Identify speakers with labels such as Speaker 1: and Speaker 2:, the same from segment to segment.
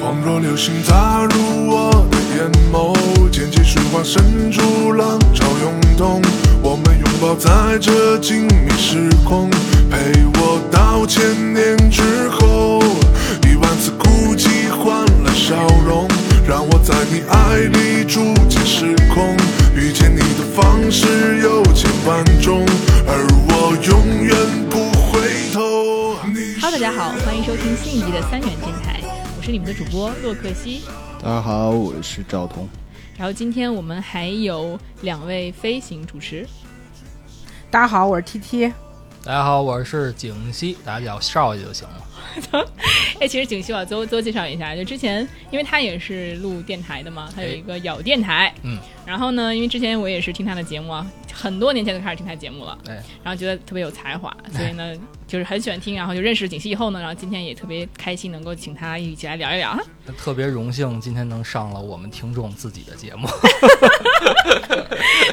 Speaker 1: 恍若流星砸入我的眼眸，剑气虚晃深处，浪潮涌动。我们拥抱在这静谧时空，陪我到千年之后。一万次哭泣换来笑容，让我在你爱里住进时空。遇见你的方式有千万种，而我永远不回头。你
Speaker 2: Hello，大家好，欢迎收听新一集的三元电台，我是你们的主播洛克西。
Speaker 3: 大家好，我是赵彤。
Speaker 2: 然后今天我们还有两位飞行主持，
Speaker 4: 大家好，我是 T T。
Speaker 5: 大家好，我是景熙，大家叫少爷就行了。
Speaker 2: 哎，其实景熙我要多多介绍一下，就之前因为他也是录电台的嘛，他有一个咬电台，
Speaker 5: 哎嗯，
Speaker 2: 然后呢，因为之前我也是听他的节目啊，很多年前就开始听他节目了，
Speaker 5: 哎，
Speaker 2: 然后觉得特别有才华，所以呢，就是很喜欢听，然后就认识景熙以后呢，然后今天也特别开心能够请他一起来聊一聊啊，
Speaker 5: 特别荣幸今天能上了我们听众自己的节 目，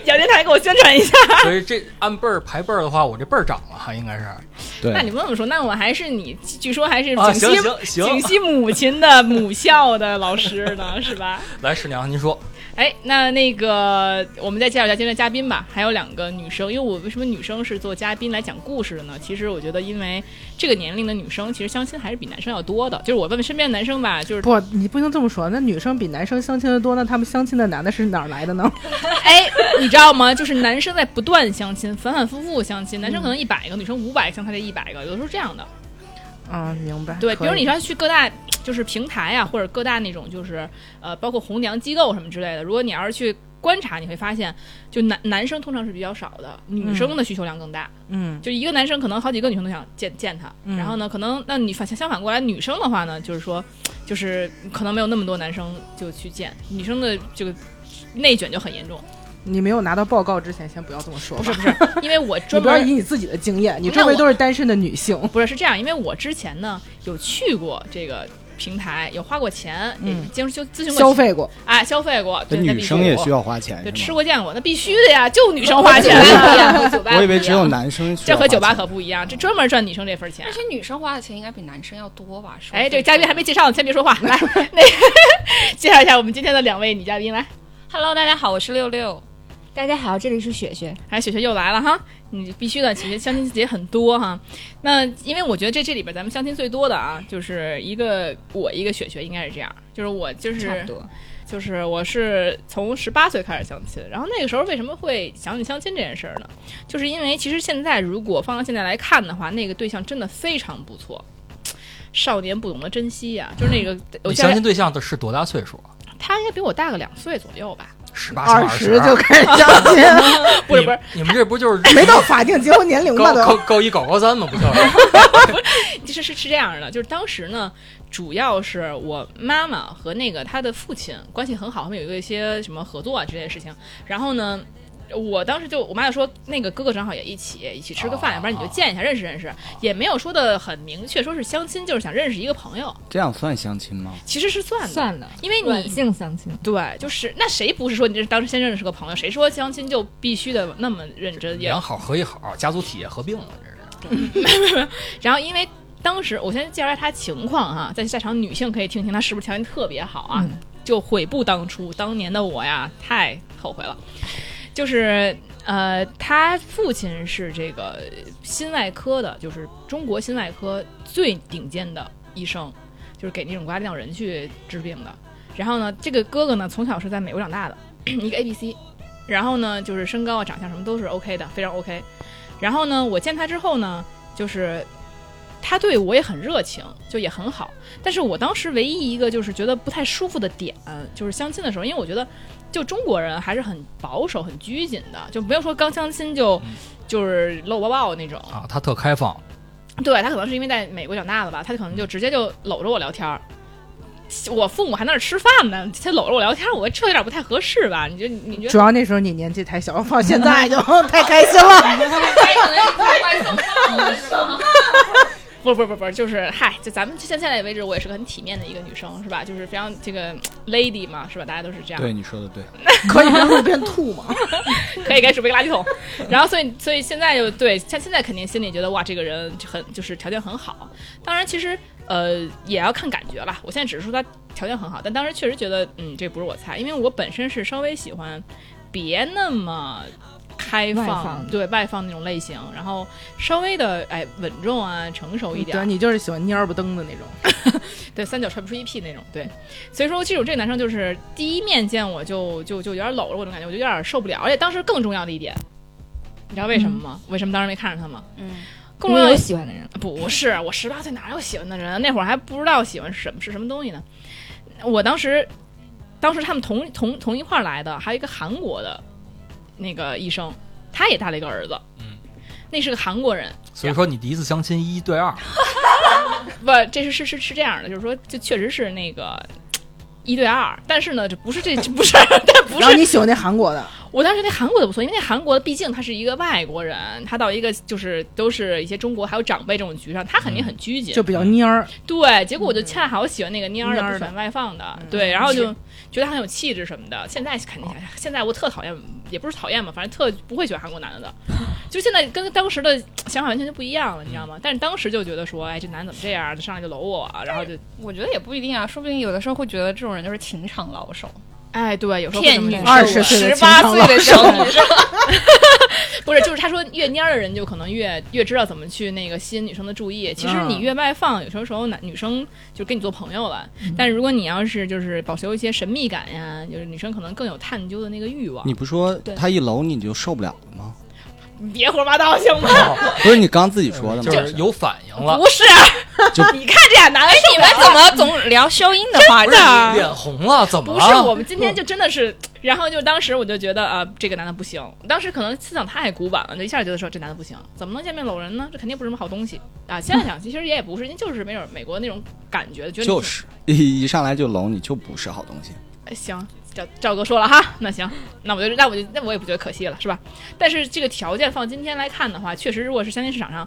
Speaker 2: 咬电台给我宣传一下。
Speaker 5: 所以这按辈儿排辈儿的话，我这辈儿长了哈，应该是
Speaker 3: 对
Speaker 2: 那，你不能这么说，那我还是你，据说还是
Speaker 5: 啊
Speaker 2: 景熙、
Speaker 5: 行行行
Speaker 2: 景熙母亲的母校的老师呢，是吧？
Speaker 5: 来师娘，您说
Speaker 2: 哎，那那个我们再介绍一下今天的嘉宾吧，还有两个女生，因为我为什么女生是做嘉宾来讲故事的呢？其实我觉得，因为这个年龄的女生，其实相亲还是比男生要多的。就是我问问身边的男生吧，就是
Speaker 4: 不，你不能这么说。那女生比男生相亲的多，那他们相亲的男的是哪儿来 的呢？
Speaker 2: 哎，你知道吗？就是男生在不断相亲，反反复复相亲，男生可能一百个，女生五百，像他这一百个，有的时候这样的。
Speaker 4: 嗯，明白。
Speaker 2: 对，比
Speaker 4: 可
Speaker 2: 如
Speaker 4: 以
Speaker 2: 你要去各大就是平台啊，或者各大那种就是呃，包括红娘机构什么之类的，如果你要是去观察，你会发现，就男男生通常是比较少的，女生的需求量更大。
Speaker 4: 嗯，
Speaker 2: 就一个男生可能好几个女生都想见见他，
Speaker 4: 嗯
Speaker 2: 然后呢，可能那你反相反过来，女生的话呢，就是说，就是可能没有那么多男生就去见，女生的这个内卷就很严重。
Speaker 4: 你没有拿到报告之前，先不要这么说
Speaker 2: 不
Speaker 4: 吧。
Speaker 2: 是不 是，因为我
Speaker 4: 你
Speaker 2: 专
Speaker 4: 不要
Speaker 2: 门
Speaker 4: 以你自己的经验，你
Speaker 2: 那
Speaker 4: 周围
Speaker 2: 我
Speaker 4: 都是单身的女性。
Speaker 2: 不是是这样，因为我之前呢有去过这个平台，有花过钱，也
Speaker 4: 嗯
Speaker 2: 接受就咨询过
Speaker 4: 消费过，
Speaker 2: 哎，消费过，
Speaker 3: 这
Speaker 2: 对，那
Speaker 3: 女
Speaker 2: 必须
Speaker 3: 生也
Speaker 2: 有
Speaker 3: 需要花钱
Speaker 2: 对，
Speaker 3: 是
Speaker 2: 吃
Speaker 3: 吗？
Speaker 2: 过见过，那必须的呀，就女生花钱，哎 酒吧
Speaker 3: 我以为
Speaker 2: 不一
Speaker 3: 只有
Speaker 2: 样
Speaker 3: 男生需
Speaker 2: 这
Speaker 3: 要
Speaker 2: 和
Speaker 3: 花
Speaker 2: 酒吧
Speaker 3: 钱
Speaker 2: 可不一样，这专门赚女生这份钱
Speaker 6: 而。且女生花的钱应该比男生要多吧？是不是
Speaker 2: 哎，这个嘉宾还没介绍呢，先别 说话，来，那 个介绍一下我们今天的两位女嘉宾来，
Speaker 6: Hello，大家好，我是六六。
Speaker 7: 大家好，这里是雪雪。
Speaker 2: 哎，雪雪又来了哈，你必须的，其实相亲节很多哈。那因为我觉得这这里边咱们相亲最多的啊，就是一个我一个雪雪应该是这样，就是我就是
Speaker 7: 差不多，
Speaker 2: 就是我是从十八岁开始相亲，然后那个时候为什么会想起相亲这件事儿呢？就是因为其实现在如果放到现在来看的话，那个对象真的非常不错。少年不懂得珍惜呀、就是那个我
Speaker 5: 嗯你
Speaker 2: 家
Speaker 5: 相
Speaker 2: 里
Speaker 5: 亲对象的是多大岁数啊？
Speaker 2: 他应该比我大个两岁左右吧？
Speaker 5: 十八、
Speaker 4: 二
Speaker 5: 十
Speaker 4: 十
Speaker 2: 啊
Speaker 4: 就开始相 亲，
Speaker 2: 不是不是，
Speaker 5: 你们这不就是
Speaker 4: 没到法定结婚年龄吧
Speaker 5: 高高
Speaker 4: 都。
Speaker 5: 高一高高三吗？不就是？
Speaker 2: 其实是是这样的，就是当时呢，主要是我妈妈和那个她的父亲关系很好，他们有一个一些什么合作啊之类的事情。然后呢，我当时就我妈就说，那个哥哥正好也一起一起吃个饭，
Speaker 5: 哦
Speaker 2: 要不然你就见一下认识认
Speaker 7: 哦
Speaker 2: 识，也没有说的很明确，说是相亲，就是想认识一个朋友，
Speaker 3: 这样算相亲吗？
Speaker 2: 其实是算的，
Speaker 7: 算了，
Speaker 2: 因为
Speaker 7: 软
Speaker 2: 你。
Speaker 7: 性相亲，
Speaker 2: 对，就是那谁不是说你这是当时先认识个朋友？谁说相亲就必须的那么认真？也
Speaker 5: 两好合一好，家族企业合并了，这是。
Speaker 2: 然后因为当时我先介绍一下她情况哈、在在场女性可以听听她是不是条件特别好啊，就悔不当初，当年的我呀太后悔了。就是呃，她父亲是这个心外科的，就是中国心外科最顶尖的医生，就是给那种瓜匠人去治病的。然后呢，这个哥哥呢从小是在美国长大的， 一个 A B C，然后呢就是身高啊、长相什么都是 OK 的，非常 OK。然后呢，我见他之后呢，就是他对我也很热情，就也很好。但是我当时唯一一个就是觉得不太舒服的点，就是相亲的时候，因为我觉得就中国人还是很保守、很拘谨的，就没有说刚相亲就、
Speaker 5: 嗯
Speaker 2: 就是搂抱抱那种。
Speaker 5: 啊，他特开放，
Speaker 2: 对他可能是因为在美国长大的吧，他可能就直接就搂着我聊天儿。我父母还在那儿吃饭呢，他搂着我聊天儿，我这有点不太合适吧？你觉得你觉得
Speaker 4: 主要那时候你年纪太 小，放现在就太开心了。
Speaker 2: 不不不不，就是嗨，就咱们就现在为止，我也是个很体面的一个女生，是吧？就是非常这个 lady 嘛，是吧？大家都是这样。
Speaker 3: 对，你说的对，
Speaker 4: 可以在路边 吐吗？
Speaker 2: 可以该是为垃圾桶。然后所以所以现在就对，像现在肯定心里觉得哇，这个人就很就是条件很好。当然其实呃也要看感觉啦。我现在只是说他条件很好，但当时确实觉得嗯这不是我菜，因为我本身是稍微喜欢别那么。开放
Speaker 7: 外放
Speaker 2: 对外放那种类型，然后稍微的哎稳重啊，成熟一点
Speaker 4: 对，，你就是喜欢蔫不登的那种。
Speaker 2: 对，三脚踹不出一屁那种，
Speaker 7: 嗯
Speaker 2: 对。所以说，这种这个男生就是第一面见我就就就有点搂着我的感觉，我就有点受不了。而且当时更重要的一点，你知道为什么吗？为什么当时没看上他吗？
Speaker 6: 嗯，
Speaker 2: 更
Speaker 7: 你
Speaker 2: 重要的
Speaker 7: 嗯有喜欢的人，
Speaker 2: 不是我十八岁哪有喜欢的人啊？那会儿还不知道喜欢什么是什么东西呢。我当时，当时他们同同同一块儿来的，还有一个韩国的那个医生，他也带了一个儿子，
Speaker 5: 嗯，
Speaker 2: 那是个韩国人。
Speaker 5: 所以说你第一次相亲一 对二，
Speaker 2: 不，这是是是是这样的，就是说，就确实是那个一对二，但是呢，这不是这这不是，但不
Speaker 4: 然后
Speaker 2: 是
Speaker 4: 你喜欢那韩国的，
Speaker 2: 我当时那韩国的不错，因为那韩国的毕竟他是一个外国人，他到一个就是都是一些中国还有长辈这种局上，他肯
Speaker 4: 嗯
Speaker 2: 定很拘谨。
Speaker 4: 就比较蔫儿。
Speaker 2: 对，结果我就恰好喜欢那个蔫儿的，
Speaker 4: 嗯蔫
Speaker 2: 不
Speaker 4: 儿的嗯
Speaker 2: 喜欢外放的，对，然后就觉得他很有气质什么的。现在肯
Speaker 4: 哦
Speaker 2: 定想想，现在我特讨厌，也不是讨厌吧，反正特不会喜欢韩国男的的，就现在跟当时的想法完全就不一样了，你知道吗？但是当时就觉得说，哎，这男的怎么这样，上来就搂我，啊然后就
Speaker 6: 我觉得也不一定啊，说不定有的时候会觉得这种人就是情场老手，
Speaker 2: 哎，对，有时候
Speaker 6: 骗
Speaker 2: 会这么
Speaker 6: 女
Speaker 2: 说
Speaker 4: 20岁的
Speaker 6: 生十
Speaker 4: 情
Speaker 6: 八
Speaker 4: 场
Speaker 6: 岁
Speaker 4: 老
Speaker 6: 的
Speaker 4: 手
Speaker 6: 时候，
Speaker 2: 啊 不是，就是他说越蔫儿的人就可能越越知道怎么去那个吸引女生的注意。其实你越外放，有时候时候男女生就跟你做朋友了，但是如果你要是就是保留一些神秘感呀，就是女生可能更有探究的那个欲望。
Speaker 3: 你不说
Speaker 2: 对
Speaker 3: 他一搂你就受不了了吗？
Speaker 2: 你别胡说八道行吗？
Speaker 3: 不是你刚自己说的吗？
Speaker 5: 哦就是有反应了，
Speaker 2: 不是，啊
Speaker 3: 就
Speaker 2: 你看这俩男的，
Speaker 6: 你们怎么总聊消音的话
Speaker 5: 不
Speaker 6: 题
Speaker 5: 是？
Speaker 2: 的
Speaker 5: 你脸红了，怎么
Speaker 2: 不
Speaker 5: 了？
Speaker 3: 啊
Speaker 2: 是我们今天就真的是，然后就当时我就觉得啊、这个男的不行，当时可能思想太古板了，就一下觉得说这男的不行，怎么能见面搂人呢？这肯定不是什么好东西啊！现在想，其实也不是，人家就是没有美国那种感觉，觉得你
Speaker 3: 就是一一上来就搂你就不是好东西。
Speaker 2: 哎行，赵赵哥说了哈，那行，那我就那我就那我也不觉得可惜了，是吧？但是这个条件放今天来看的话，确实如果是相亲市场上，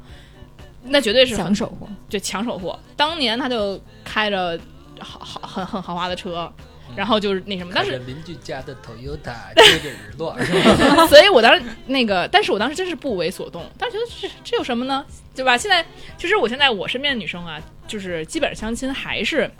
Speaker 2: 那绝对是很
Speaker 7: 抢手货，
Speaker 2: 就抢手货。当年他就开着好好很很豪华的车，
Speaker 3: 嗯
Speaker 2: 然后就是那什么，但是
Speaker 5: 邻居家的 Toyota 追着日落，是吧
Speaker 2: 所以我当时那个，但是我当时真是不为所动，当时觉得这这有什么呢，对吧？现在其实我现在我身边的女生啊，就是基本上相亲还是。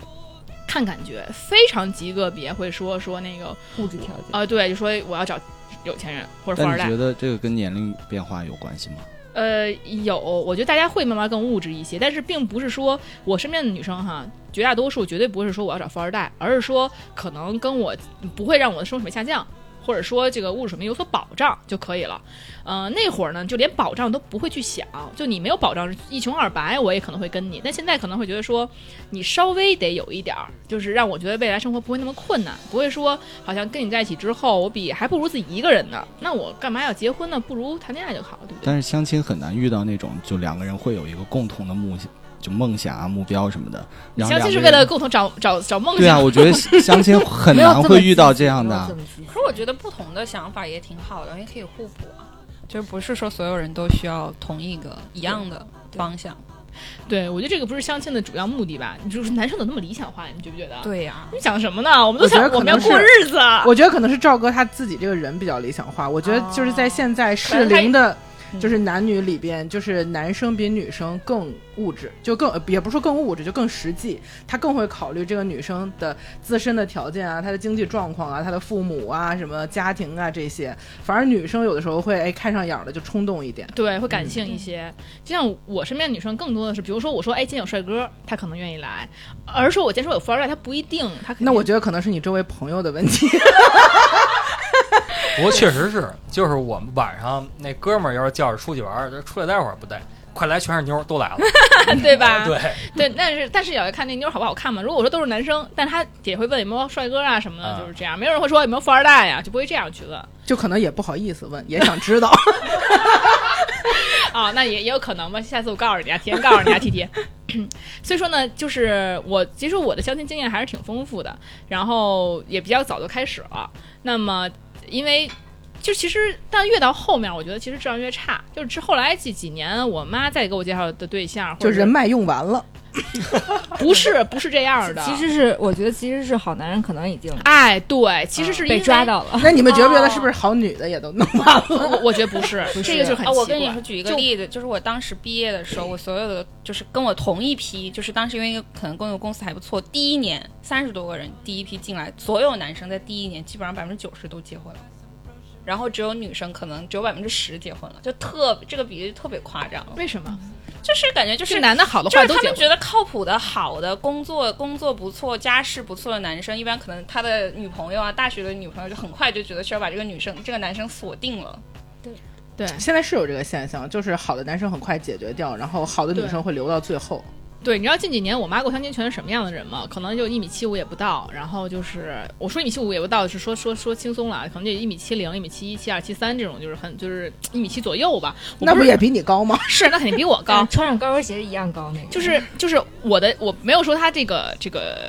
Speaker 2: 看感觉，非常极个别会说说那个
Speaker 7: 物质条件。
Speaker 2: 啊、对，就说我要找有钱人或者富
Speaker 3: 但
Speaker 2: 二
Speaker 3: 你
Speaker 2: 代
Speaker 3: 觉。得这个跟年龄变化有关系吗？
Speaker 2: 呃，有，我觉得大家会慢慢更物质一些，但是并不是说我身边的女生哈，绝大多数绝对不是说我要找富二代，而是说可能跟我嗯不会让我的生活水平下降。或者说这个物质水平有所保障就可以了，呃，那会儿呢，就连保障都不会去想，就你没有保障，一穷二白，我也可能会跟你。但现在可能会觉得说，你稍微得有一点儿，就是让我觉得未来生活不会那么困难，不会说好像跟你在一起之后，我比还不如自己一个人呢，那我干嘛要结婚呢？不如谈恋爱就好，对不对？
Speaker 3: 但是相亲很难遇到那种就两个人会有一个共同的目就梦想啊目标什么的。然后
Speaker 2: 相
Speaker 3: 两
Speaker 2: 亲
Speaker 3: 个
Speaker 2: 是
Speaker 3: 人
Speaker 2: 为了共同找找找梦
Speaker 3: 对啊，
Speaker 2: 想。
Speaker 3: 我觉得相亲 很
Speaker 7: 没有
Speaker 3: 难
Speaker 7: 么
Speaker 3: 会遇到
Speaker 7: 积极
Speaker 3: 这样
Speaker 7: 没有
Speaker 3: 的啊
Speaker 7: 这。么积极
Speaker 6: 可是我觉得不同的想法也挺好的，也可以互补啊，就是不是说所有人都需要同一个一样的方向。啊
Speaker 2: 对，我觉得这个不是相亲的主要目的吧？你就是男生怎么那么理想化？你觉不觉得？，
Speaker 6: 对啊呀、
Speaker 2: 你想什么呢？我们都
Speaker 4: 我觉
Speaker 2: 想
Speaker 4: 得
Speaker 2: 我
Speaker 4: 可
Speaker 2: 们要
Speaker 4: 能是
Speaker 2: 过日子。
Speaker 4: 我觉得可能是赵哥他自己这个人比较理想化。我觉得就是在现在适龄的，
Speaker 6: 他
Speaker 4: 就是男女里边，就是男生比女生更物质，就更呃也不是说更物质，就更实际。他更会考虑这个女生的自身的条件啊，她的经济状况啊，她的父母啊，什么家庭啊这些。反而女生有的时候会哎看上眼儿了就冲动一点。
Speaker 2: 对，会感性一些。就像我身边的女生，更多的是，比如说我说，哎，今天有帅哥，她可能愿意来；而说我今天说有富二代，她不一定。她肯定
Speaker 4: 那我觉得可能是你周围朋友的问题。
Speaker 5: 不过确实是，就是我们晚上那哥们儿要是叫着出去玩儿，就出来待会儿不带，快来全是妞儿都来了，
Speaker 2: 对吧？
Speaker 5: 对，
Speaker 2: 对，但是但是也要看那妞儿好不好看嘛。如果我说都是男生，但是她也会问有没有帅哥啊什么的，
Speaker 3: 嗯
Speaker 5: 啊
Speaker 2: 就是这样。没有人会说有没有富二代啊呀、就不会这样去问。
Speaker 4: 就可能也不好意思问，也想知道。
Speaker 2: 啊、那也也有可能吧。下次我告诉你啊，提 前告诉你啊，T T。所以说呢，就是我其实我的相亲经验还是挺丰富的，然后也比较早就开始了。那么因为。就其实，但越到后面，我觉得其实质量越差。就是之后来几几年，我妈再给我介绍的哦对象，或
Speaker 4: 就
Speaker 2: 者
Speaker 4: 人脉用完了，
Speaker 2: 不是不是这样的。
Speaker 7: 其实是我觉得其实是好男人可能已经
Speaker 2: 哎，对，
Speaker 6: 嗯
Speaker 2: 其实是因为
Speaker 7: 被抓。到了。
Speaker 4: 那你们觉不觉得是不是好女的也都弄完了？
Speaker 2: 我我觉得不是，
Speaker 7: 不是
Speaker 2: 这个就很
Speaker 6: 啊，
Speaker 2: 奇怪。
Speaker 6: 我跟你说，举一个
Speaker 2: 就
Speaker 6: 例子，就是我当时毕业的时候，我所有的就是跟我同一批，就是当时因为可能跟我公司还不错，第一年三十多个人，第一批进来，所有男生在第一年基本上百分之九十都结婚了，然后只有女生可能只有百分之十结婚了，就特这个比例特别夸张，
Speaker 2: 为什么？
Speaker 6: 就是感觉就
Speaker 2: 这
Speaker 6: 是
Speaker 2: 男的好的
Speaker 6: 就
Speaker 2: 话
Speaker 6: 是
Speaker 2: 都
Speaker 6: 他
Speaker 2: 结
Speaker 6: 们
Speaker 2: 婚
Speaker 6: 觉得靠谱的、好的工作、工作不错、家世不错的男生，一般可能他的女朋友啊、大学的女朋友就很快就觉得需要把这个女生、这个男生锁定了。
Speaker 2: 对
Speaker 4: 现在是有这个现象，就是好的男生很快解决掉，然后好的女
Speaker 2: 对
Speaker 4: 生会留到最后。
Speaker 2: 对，你知道近几年我妈给我相亲全是什么样的人吗？可能就一米七五也不到，然后就是我说一米七五也不到，是说说说轻松了，可能就一米七零、一米七一、七二、七三这种，就是很就是一米七左右吧。我
Speaker 4: 那不
Speaker 2: 是
Speaker 4: 也比你 高吗？
Speaker 2: 是那肯定比我高
Speaker 7: 嗯，穿上高跟鞋一样高那个，
Speaker 2: 就是就是我的我没有说他这个这个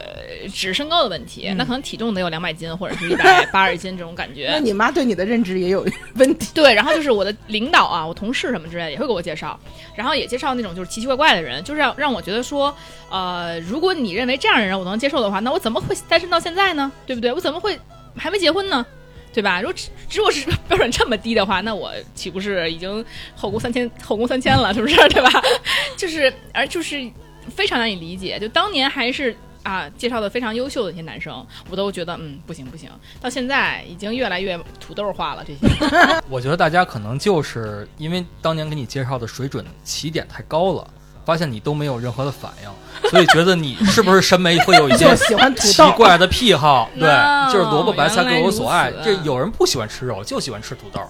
Speaker 2: 指身高的问题，
Speaker 4: 嗯
Speaker 2: 那可能体重得有两百斤或者是一百八十斤这种感
Speaker 4: 那
Speaker 2: 觉。
Speaker 4: 你妈对你的认知也有 问题。
Speaker 2: 对，然后就是我的领导啊，我同事什么之类的也会给我介绍，然后也介绍那种就是奇奇怪怪的人，就是让让我觉得说，呃，如果你认为这样的人我能接受的话，那我怎么会单身到现在呢？对不对？我怎么会还没结婚呢？对吧？如果只如果是标准这么低的话，那我岂不是已经后宫三千后宫三千了？是不是？ 对吧？就是而就是非常难以理解。就当年还是啊介绍的非常优秀的一些男生，我都觉得嗯不行不行，到现在已经越来越土豆化了。这些
Speaker 5: 我觉得大家可能就是因为当年给你介绍的水准起点太高了，发现你都没有任何的反应，所以觉得你是不是审美会 有一
Speaker 4: 就
Speaker 5: 些
Speaker 4: 喜欢土
Speaker 5: 奇
Speaker 4: 豆，
Speaker 5: 怪的癖好？对
Speaker 2: No，，
Speaker 5: 就是萝卜白菜各有所爱
Speaker 2: 原来。
Speaker 5: 这
Speaker 2: 如此
Speaker 5: 有人不喜欢吃肉，就喜欢吃土豆。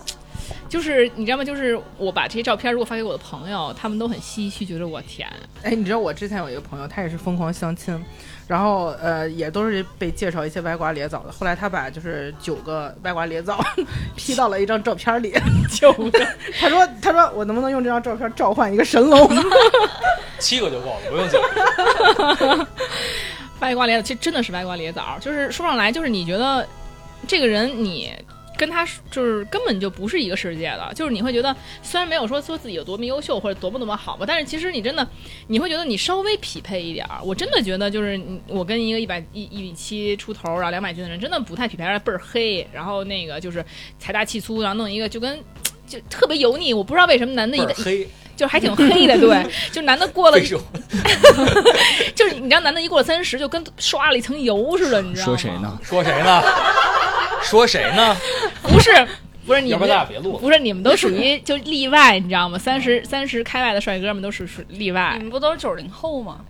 Speaker 2: 就是你知道吗？就是我把这些照片如果发给我的朋友，他们都很唏嘘，觉得我天，
Speaker 4: 哎，你知道我之前有一个朋友，他也是疯狂相亲，然后呃也都是被介绍一些歪瓜裂枣的。后来他把就是九个歪瓜裂枣 P 到了一张照片里，九个。 他说他说我能不能用这张照片召唤一个神龙？
Speaker 5: 七个就够了，不用讲。
Speaker 2: 歪瓜裂枣，其实真的是歪瓜裂枣。就是说上来，就是你觉得这个人你。跟他是就是根本就不是一个世界的，就是你会觉得虽然没有说说自己有多么优秀或者多么多么好吧，但是其实你真的你会觉得你稍微匹配一点儿。我真的觉得就是你我跟一个一百一一米七出头，然后两百斤的人真的不太匹配，而且倍儿黑，然后那个就是财大气粗，然后弄一个就跟就特别油腻，我不知道为什么男的
Speaker 5: 倍
Speaker 2: 一
Speaker 5: 儿黑，
Speaker 2: 就还挺黑的，对，就男的过了
Speaker 5: 为
Speaker 2: 一
Speaker 5: 什么？
Speaker 2: 就是你知道，男的一过了三十，就跟刷了一层油似的，你知道吗？
Speaker 3: 说谁？呢？
Speaker 5: 说谁呢？说谁呢？
Speaker 2: 不是，不是你
Speaker 5: 要不
Speaker 2: 们
Speaker 5: 然咱俩
Speaker 2: 这，
Speaker 5: 别录了。
Speaker 2: 不是你们都属于就例外， 你知道吗？三十三十开外的帅哥们都是属于例外
Speaker 6: 你。们不都是九零后吗？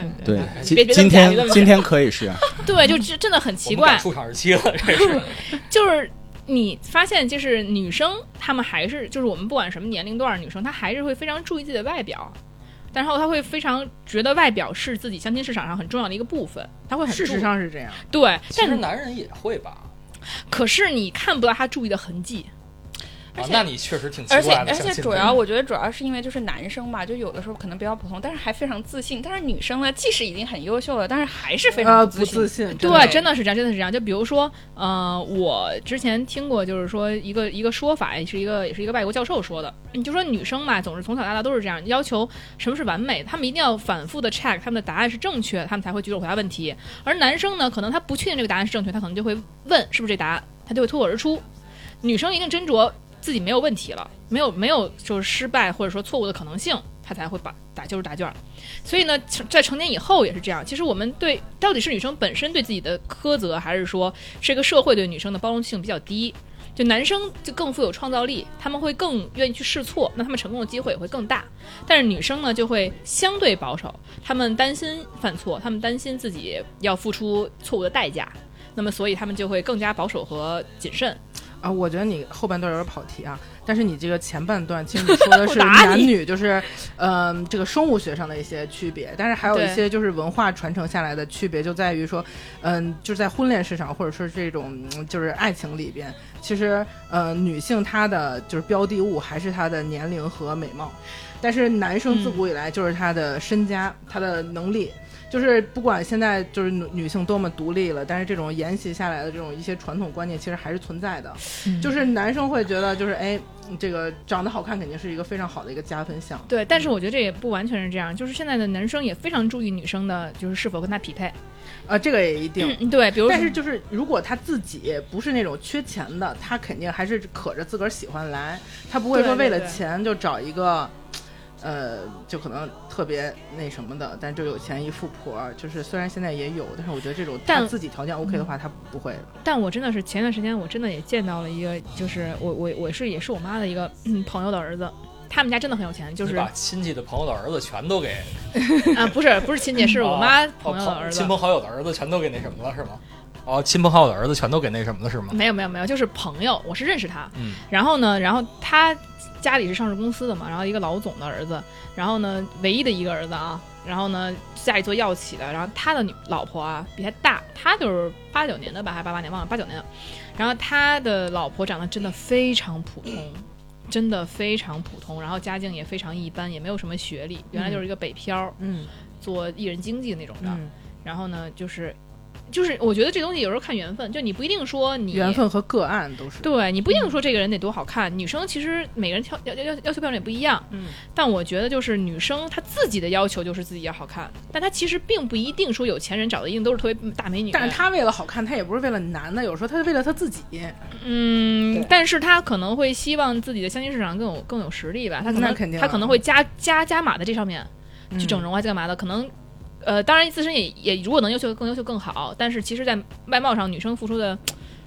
Speaker 2: 嗯
Speaker 3: 对，今
Speaker 2: 别别这么
Speaker 3: 今
Speaker 2: 讲别这么
Speaker 3: 天
Speaker 2: 讲
Speaker 3: 今天可以是，
Speaker 2: 对，就这真的很奇
Speaker 5: 我们
Speaker 2: 怪
Speaker 5: 赶，出场日期了，这是。
Speaker 2: 就是。你发现就是女生，她们还是就是我们不管什么年龄段儿，女生她还是会非常注意自己的外表，然后她会非常觉得外表是自己相亲市场上很重要的一个部分，她会很
Speaker 4: 事
Speaker 2: 注
Speaker 4: 实
Speaker 2: 意
Speaker 4: 上是这样。
Speaker 2: 对，
Speaker 5: 其实
Speaker 2: 但
Speaker 5: 男人也会吧。
Speaker 2: 可是你看不到她注意的痕迹，
Speaker 5: 啊
Speaker 6: 而，且
Speaker 5: 那你确实挺奇
Speaker 6: 而且
Speaker 5: 怪的。
Speaker 6: 而
Speaker 5: 相
Speaker 6: 且
Speaker 5: 亲
Speaker 6: 主
Speaker 5: 的
Speaker 6: 要我觉得主要是因为就是男生吧，就有的时候可能比较普通，但是还非常自信；但是女生呢，即使已经很优秀了，但是还是非
Speaker 5: 啊
Speaker 4: 呃，
Speaker 6: 常
Speaker 4: 不
Speaker 6: 信。
Speaker 4: 自信，
Speaker 2: 对，真的是这样，真的是这样。就比如说，呃，我之前听过，就是说一个一个说法，也是一个也是一个外国教授说的，你就说女生嘛，总是从小到大都是这样，要求什么是完美，他们一定要反复的 check 他们的答案是正确，他们才会举手回答问题。而男生呢，可能他不确定这个答案是正确，他可能就会问是不是这答案，他就会脱口而出。女生一定斟酌自己没有问题了，没有没有就是失败或者说错误的可能性，他才会把打就是答卷儿。所以呢，成在成年以后也是这样。其实我们对到底是女生本身对自己的苛责，还是说这个社会对女生的包容性比较低？就男生就更富有创造力，他们会更愿意去试错，那他们成功的机会也会更大。但是女生呢，就会相对保守，他们担心犯错，他们担心自己要付出错误的代价，那么所以他们就会更加保守和谨慎。
Speaker 4: 啊，我觉得你后半段有点跑题啊，但是你这个前半段其实你 说的
Speaker 2: 我
Speaker 4: 是
Speaker 2: 打
Speaker 4: 男
Speaker 2: 你
Speaker 4: 女，就是嗯、这个生物学上的一些区别，但是还有一
Speaker 2: 对
Speaker 4: 些就是文化传承下来的区别，就在于说，嗯、就是在婚恋市场或者说这种嗯就是爱情里边，其实呃，女性她的就是标的物还是她的年龄和美貌，但是男生自古以来就是他的身家、他的能力。就是不管现在就是女女性多么独立了，但是这种沿袭下来的这种一些传统观念其实还是存在的。就是男生会觉得就是哎，这个长得好看肯定是一个非常好的一个加分项。
Speaker 2: 对，但是我觉得这也不完全是这样，就是现在的男生也非常注意女生的，就是是否跟他匹配。
Speaker 4: 啊，这个也一定。
Speaker 2: 嗯，对，比如
Speaker 4: 但是就是，如果他自己不是那种缺钱的，他肯定还是可着自个儿喜欢来，他不会
Speaker 2: 对
Speaker 4: 说为
Speaker 2: 对
Speaker 4: 了
Speaker 2: 对
Speaker 4: 钱就找一个，呃，就可能特别那什么的，但就有钱一富婆，就是虽然现在也有，但是我觉得这种他
Speaker 2: 但
Speaker 4: 自己条件 OK 的话，他不会。
Speaker 2: 但我真的是前段时间，我真的也见到了一个，就是我我我是也是我妈的一个、嗯、朋友的儿子，他们家真的很有钱，就
Speaker 5: 你
Speaker 2: 是
Speaker 5: 把
Speaker 2: 啊、
Speaker 5: 亲戚的朋友的儿子全都给，
Speaker 2: 不是不是 亲戚，是我妈朋友的
Speaker 5: 哦
Speaker 2: 儿子
Speaker 5: 亲，朋好友的儿子全都给那什么了是吗？哦，亲朋好友的儿子全都给那什么了是吗？
Speaker 2: 没有没有没有，就是朋友，我是认识他。
Speaker 5: 嗯
Speaker 2: 然后呢，然后他家里是上市公司的嘛，然后一个老总的儿子，然后呢，唯一的一个儿子啊，然后呢，家里做药企的，然后他的女老婆啊比他大，他就是八九年的吧，还是八八年忘了，八九年的。然后他的老婆长得真的非常普通，真的非常普通，然后家境也非常一般，也没有什么学历，原来就是一个北漂，
Speaker 4: 嗯
Speaker 2: 做艺人经济那种的。
Speaker 4: 嗯，
Speaker 2: 然后呢，就是就是我觉得这东西有时候看缘分，就你不一定说你
Speaker 4: 缘分和个案都是。
Speaker 2: 对你不一
Speaker 4: 嗯
Speaker 2: 定说这个人得多好看，女生其实每个人挑要要要要求标准也不一样，
Speaker 4: 嗯，
Speaker 2: 但我觉得就是女生她自己的要求就是自己要好看，但她其实并不一定说有钱人找的一定都是特别大美女，
Speaker 4: 但是他为了好看，他也不是为了男的，有时候他是为了他自己。
Speaker 2: 嗯
Speaker 7: 对，
Speaker 2: 但是她可能会希望自己的相亲市场更有更有实力吧，她可能
Speaker 4: 那肯定啊
Speaker 2: 她可能会加加加码在这上面去整
Speaker 4: 嗯
Speaker 2: 容啊，干嘛的，可能。呃，当然自身也也如果能优秀更优秀更好，但是其实，在外貌上女生付出的，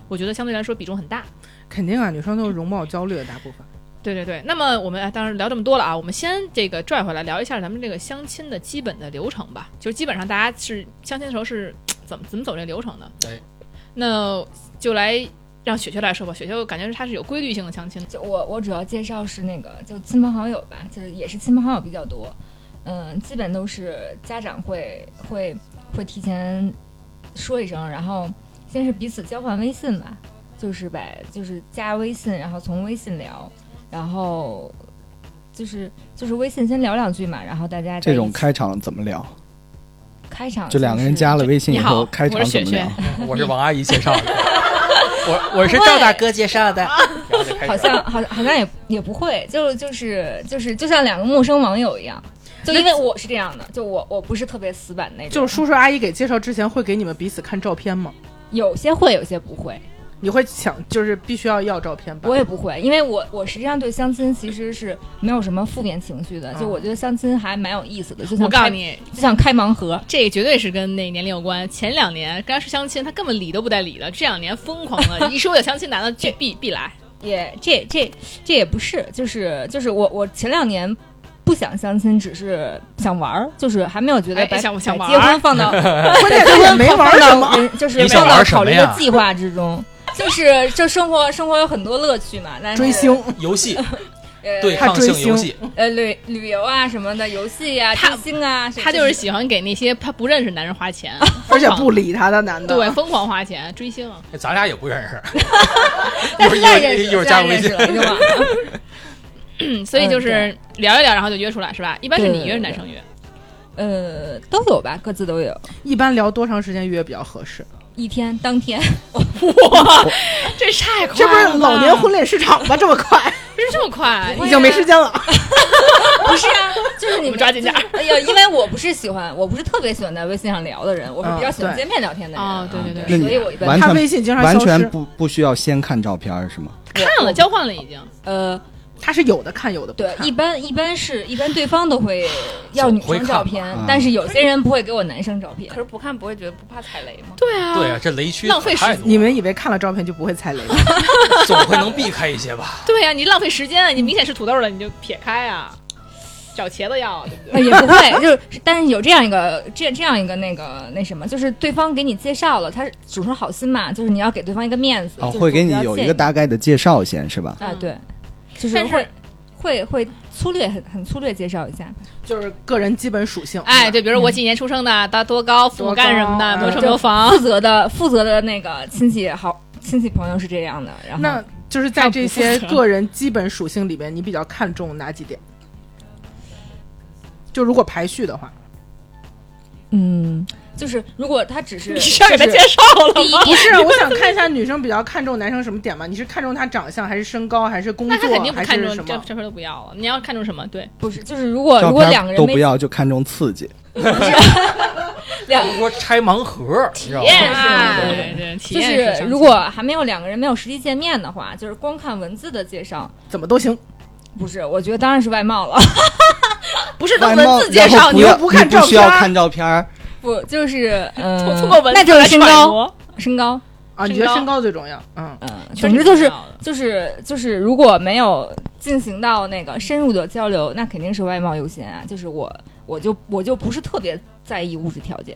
Speaker 2: 我觉得相对来说比重很大。
Speaker 4: 肯定啊，女生都是容貌焦虑的大部分。
Speaker 2: 对对对，那么我们哎当然聊这么多了啊，我们先这个拽回来聊一下咱们这个相亲的基本的流程吧，就是基本上大家是相亲的时候是怎么怎么走这流程的。
Speaker 5: 哎，
Speaker 2: 那就来让雪雪来说吧，雪雪我感觉是她是有规律性的相亲的，
Speaker 7: 就我我主要介绍是那个就亲朋好友吧，就是也是亲朋好友比较多，嗯，基本都是家长会会会提前说一声，然后先是彼此交换微信吧，就是把就是加微信，然后从微信聊，然后就是就是微信先聊两句嘛，然后大家在
Speaker 3: 这
Speaker 7: 一
Speaker 3: 种
Speaker 7: 起
Speaker 3: 开场怎么聊？
Speaker 7: 开场
Speaker 3: 就两个人
Speaker 7: 啊是
Speaker 3: 加了微信以
Speaker 2: 你好
Speaker 3: 后，开场
Speaker 2: 我是
Speaker 3: 怎
Speaker 2: 雪
Speaker 3: 么聊？
Speaker 5: 我是王阿姨介绍的，我我是赵大哥介绍的，然后就开始
Speaker 7: 好像好像好像也也不会，就就是就是就像两个陌生网友一样，就因为我是这样的，就我我不是特别死板那种，
Speaker 4: 就是叔叔阿姨给介绍之前，会给你们彼此看照片吗？
Speaker 7: 有些会，有些不会，
Speaker 4: 你会想，就是必须要要照片吧？
Speaker 7: 我也不会，因为我我实际上对相亲其实是没有什么负面情绪的，就
Speaker 4: 嗯
Speaker 7: 我觉得相亲还蛮有意思的，就像
Speaker 2: 我告诉
Speaker 7: 开，
Speaker 2: 你，
Speaker 7: 就像开盲盒，
Speaker 2: 这绝对是跟那年龄有关。前两年刚是相亲，她根本理都不带理的，这两年疯狂 的，一说有相亲男的，这必必 来。
Speaker 7: 也这这这也不是，就是就是我我前两年。不想相亲，只是想玩儿，就是还没有觉得
Speaker 2: 哎
Speaker 7: 把、
Speaker 2: 想想
Speaker 7: 把
Speaker 2: 玩
Speaker 7: 结
Speaker 2: 儿
Speaker 7: 婚 放到
Speaker 4: 关键他也没玩儿什么。
Speaker 7: 人就是
Speaker 5: 你想
Speaker 7: 放到
Speaker 5: 玩什
Speaker 7: 考
Speaker 5: 么
Speaker 7: 虑
Speaker 5: 呀
Speaker 7: 的计划之中。就是就生活生活有很多乐趣嘛，但是
Speaker 4: 追星，
Speaker 5: 游戏
Speaker 7: 呃
Speaker 5: 对抗性游戏，
Speaker 7: 呃旅旅游啊什么的，游戏啊
Speaker 2: 他
Speaker 7: 追星啊，什么
Speaker 2: 她就是喜欢给那些她不认识的男人花 钱，
Speaker 4: 而且不理他的男的。
Speaker 2: 对，疯狂花钱追星。
Speaker 5: 哎咱俩也不认识，一会儿一会儿加我微信
Speaker 7: 但是现在认识了，现在认识了就忘了。
Speaker 2: 嗯，所以就是聊一聊，然后就约出来是吧？一般是你约，
Speaker 7: 对对
Speaker 2: 男生约。
Speaker 7: 呃，都有吧，各自都有。
Speaker 4: 一般聊多长时间约比较合适？
Speaker 7: 一天当天，
Speaker 2: 哇，这太快了吧！
Speaker 4: 这不是老年婚恋市场吗？这么快，
Speaker 2: 不是这么快？
Speaker 4: 已经没时间了。
Speaker 7: 不是啊，就是你
Speaker 2: 我们抓紧点儿。
Speaker 7: 哎呀，因为我不是喜欢，我不是特别喜欢在微信上聊的人，我是比较喜欢
Speaker 3: 嗯
Speaker 4: 啊对
Speaker 7: 见面聊天的人。
Speaker 2: 哦，对对对，
Speaker 3: 那
Speaker 7: 所以我一
Speaker 3: 你
Speaker 7: 般
Speaker 3: 完
Speaker 4: 他
Speaker 3: 全
Speaker 4: 微信经常
Speaker 3: 完
Speaker 4: 消失
Speaker 3: 全，不不需要先看照片儿是吗？
Speaker 2: 看了交换了已经。
Speaker 7: 呃，
Speaker 4: 他是有的看，有的不
Speaker 7: 对
Speaker 4: 看，。
Speaker 7: 一般一般是一般对方都会要女
Speaker 5: 会
Speaker 7: 生
Speaker 5: 看
Speaker 7: 照
Speaker 5: 吧
Speaker 7: 片
Speaker 3: 啊，
Speaker 7: 但是有些人不会给我男生照片
Speaker 6: 可。是不看不会觉得不怕踩雷吗？
Speaker 2: 对啊
Speaker 5: 对啊，这雷区
Speaker 2: 浪费时
Speaker 5: 太多了
Speaker 4: 你们以为看了照片就不会踩雷吗？
Speaker 5: 总会能避开一 些吧？
Speaker 2: 对啊，你浪费时间啊，你明显是土豆了，你就撇开啊，找茄子要，对不
Speaker 7: 呃
Speaker 2: 对？
Speaker 7: 也不会，就是但是有这样一个这这样一个那个那什么，就是对方给你介绍了，他主持好心嘛，就是你要给对方一个面子，
Speaker 3: 哦，
Speaker 7: 就是
Speaker 3: 会给
Speaker 7: 不
Speaker 3: 你
Speaker 7: 要
Speaker 3: 有
Speaker 7: 介
Speaker 3: 一
Speaker 7: 意
Speaker 3: 个大概的介绍先是吧？
Speaker 7: 啊，
Speaker 2: 嗯
Speaker 7: 对，就是
Speaker 2: 但是
Speaker 7: 会会会粗略很很粗略介绍一下，
Speaker 4: 就是个人基本属性。
Speaker 2: 哎，对，比如我几年出生的，他多高，父母干什么的，没
Speaker 4: 多
Speaker 2: 有
Speaker 4: 高
Speaker 2: 车没有房
Speaker 7: 啊 负，责的负责的那个亲戚好亲戚朋友是这样的，然后
Speaker 4: 那就是在这
Speaker 2: 看
Speaker 4: 些
Speaker 2: 不出来
Speaker 4: 个人基本属性里边，你比较看重哪几点？就如果排序的话，
Speaker 7: 嗯，就是如果他只是
Speaker 2: 你是要啊给他介绍了吗？
Speaker 4: 不是，我想看一下女生比较看重男生什么点嘛？你是看重他长相，还是身高，还是工
Speaker 2: 那
Speaker 4: 作，
Speaker 2: 他肯定不
Speaker 4: 还
Speaker 2: 看
Speaker 4: 是
Speaker 2: 重
Speaker 4: 什
Speaker 2: 这
Speaker 4: 么？
Speaker 2: 这份都不要了。你要看重什么？对，
Speaker 7: 不是就是如果
Speaker 3: 照
Speaker 7: 如果两个
Speaker 3: 片
Speaker 7: 人
Speaker 3: 都
Speaker 7: 没
Speaker 3: 不要，就看重刺激。
Speaker 7: 两
Speaker 5: 说拆盲盒，你知道吗？
Speaker 2: 啊
Speaker 7: 对
Speaker 2: 对对，体
Speaker 7: 就
Speaker 2: 验
Speaker 7: 是
Speaker 2: 上
Speaker 7: 如果还没有两个人没有实际见面的话，就是光看文字的介绍，
Speaker 4: 怎么都行，
Speaker 7: 不是，我觉得当然是外貌了，
Speaker 2: 不是
Speaker 3: 外
Speaker 2: 能
Speaker 3: 貌
Speaker 2: 文字介
Speaker 3: 然后
Speaker 2: 绍，
Speaker 3: 不
Speaker 2: 你
Speaker 3: 要
Speaker 4: 不看
Speaker 3: 你不需要
Speaker 4: 照片儿
Speaker 3: 看照片儿，
Speaker 7: 不就是嗯、
Speaker 2: 通过文字
Speaker 7: 那就是
Speaker 2: 来
Speaker 7: 身
Speaker 2: 揣
Speaker 7: 高，
Speaker 2: 摩
Speaker 7: 身高，
Speaker 4: 啊，你觉得身高最重要？嗯，
Speaker 7: 嗯、
Speaker 2: 确
Speaker 7: 总
Speaker 2: 实
Speaker 7: 之就是
Speaker 2: 挺重要的
Speaker 7: 就是就是，如果没有进行到那个深入的交流，那肯定是外貌优先啊。就是我，我就我就不是特别在意物质条件，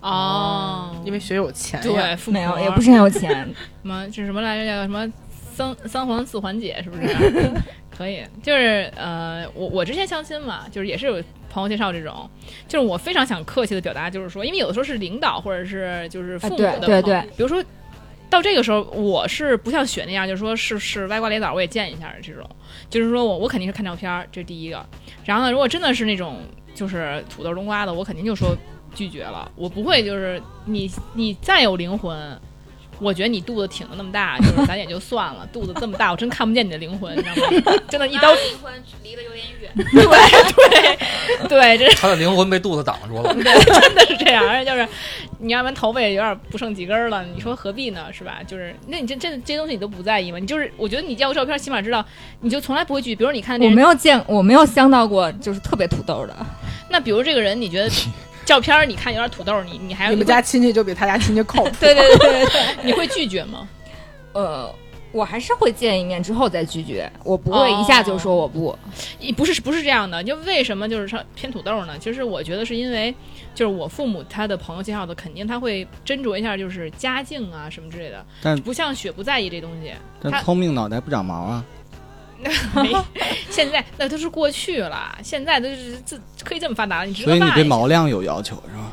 Speaker 2: 哦，
Speaker 4: 因为学有钱呀，
Speaker 2: 对，富
Speaker 7: 没有，
Speaker 2: 婆
Speaker 7: 也不是很有 钱。
Speaker 2: 什么这什么来着？叫什么三三皇四环姐是不 是？可以，就是呃，我我之前相亲嘛，就是也是有朋友介绍这种，就是我非常想客气的表达，就是说，因为有的时候是领导或者是就是父母的
Speaker 7: 对
Speaker 2: 朋友、
Speaker 7: 对对
Speaker 2: 比如说到这个时候，我是不像雪那样，就是说是是歪瓜裂枣我也见一下这种，就是说我我肯定是看照片儿，这是第一个。然后呢，如果真的是那种就是土豆冬瓜的，我肯定就说拒绝了，我不会就是你你再有灵魂，我觉得你肚子挺的那么大，就是咱也就算了， 肚子这么大，我真看不见你的灵魂，你知道吗？ 真的， 一刀
Speaker 6: 离婚离得有点 远，
Speaker 2: 对，这
Speaker 5: 他的灵魂被肚子挡住了。
Speaker 2: 真的是这样，而且就是你要不然头发也有点不剩几根儿了，你说何必呢？是吧？就是那你这这这些东西你都不在意吗？你就是我觉得你要个照片，起码知道，你就从来不会拒绝。比如你看这
Speaker 7: 我
Speaker 2: 人
Speaker 7: 没，有见，我没有相到过就是特别土豆的，
Speaker 2: 那比如这个人，你觉 得照片儿你看有点土豆儿，你你还
Speaker 4: 你们家亲戚就比他家亲戚靠谱。
Speaker 7: 对对对对对，
Speaker 2: 你会拒绝吗？
Speaker 7: 呃。我还是会见一面之后再拒绝，我不会一下
Speaker 2: 哦
Speaker 7: 就说我不。
Speaker 2: 也不是不是这样的，就为什么就是说偏土豆呢？其实我觉得是因为，就是我父母他的朋友介绍的，肯定他会斟酌一下，就是家境啊什么之类的。
Speaker 3: 但
Speaker 2: 不像雪不在意这东西，他
Speaker 3: 但聪明脑袋不长毛啊。
Speaker 2: 没 现在那都是过去了，现在都是这可以这么发达了，你知道
Speaker 3: 所以你
Speaker 2: 吧
Speaker 3: 对毛量有要求是吧？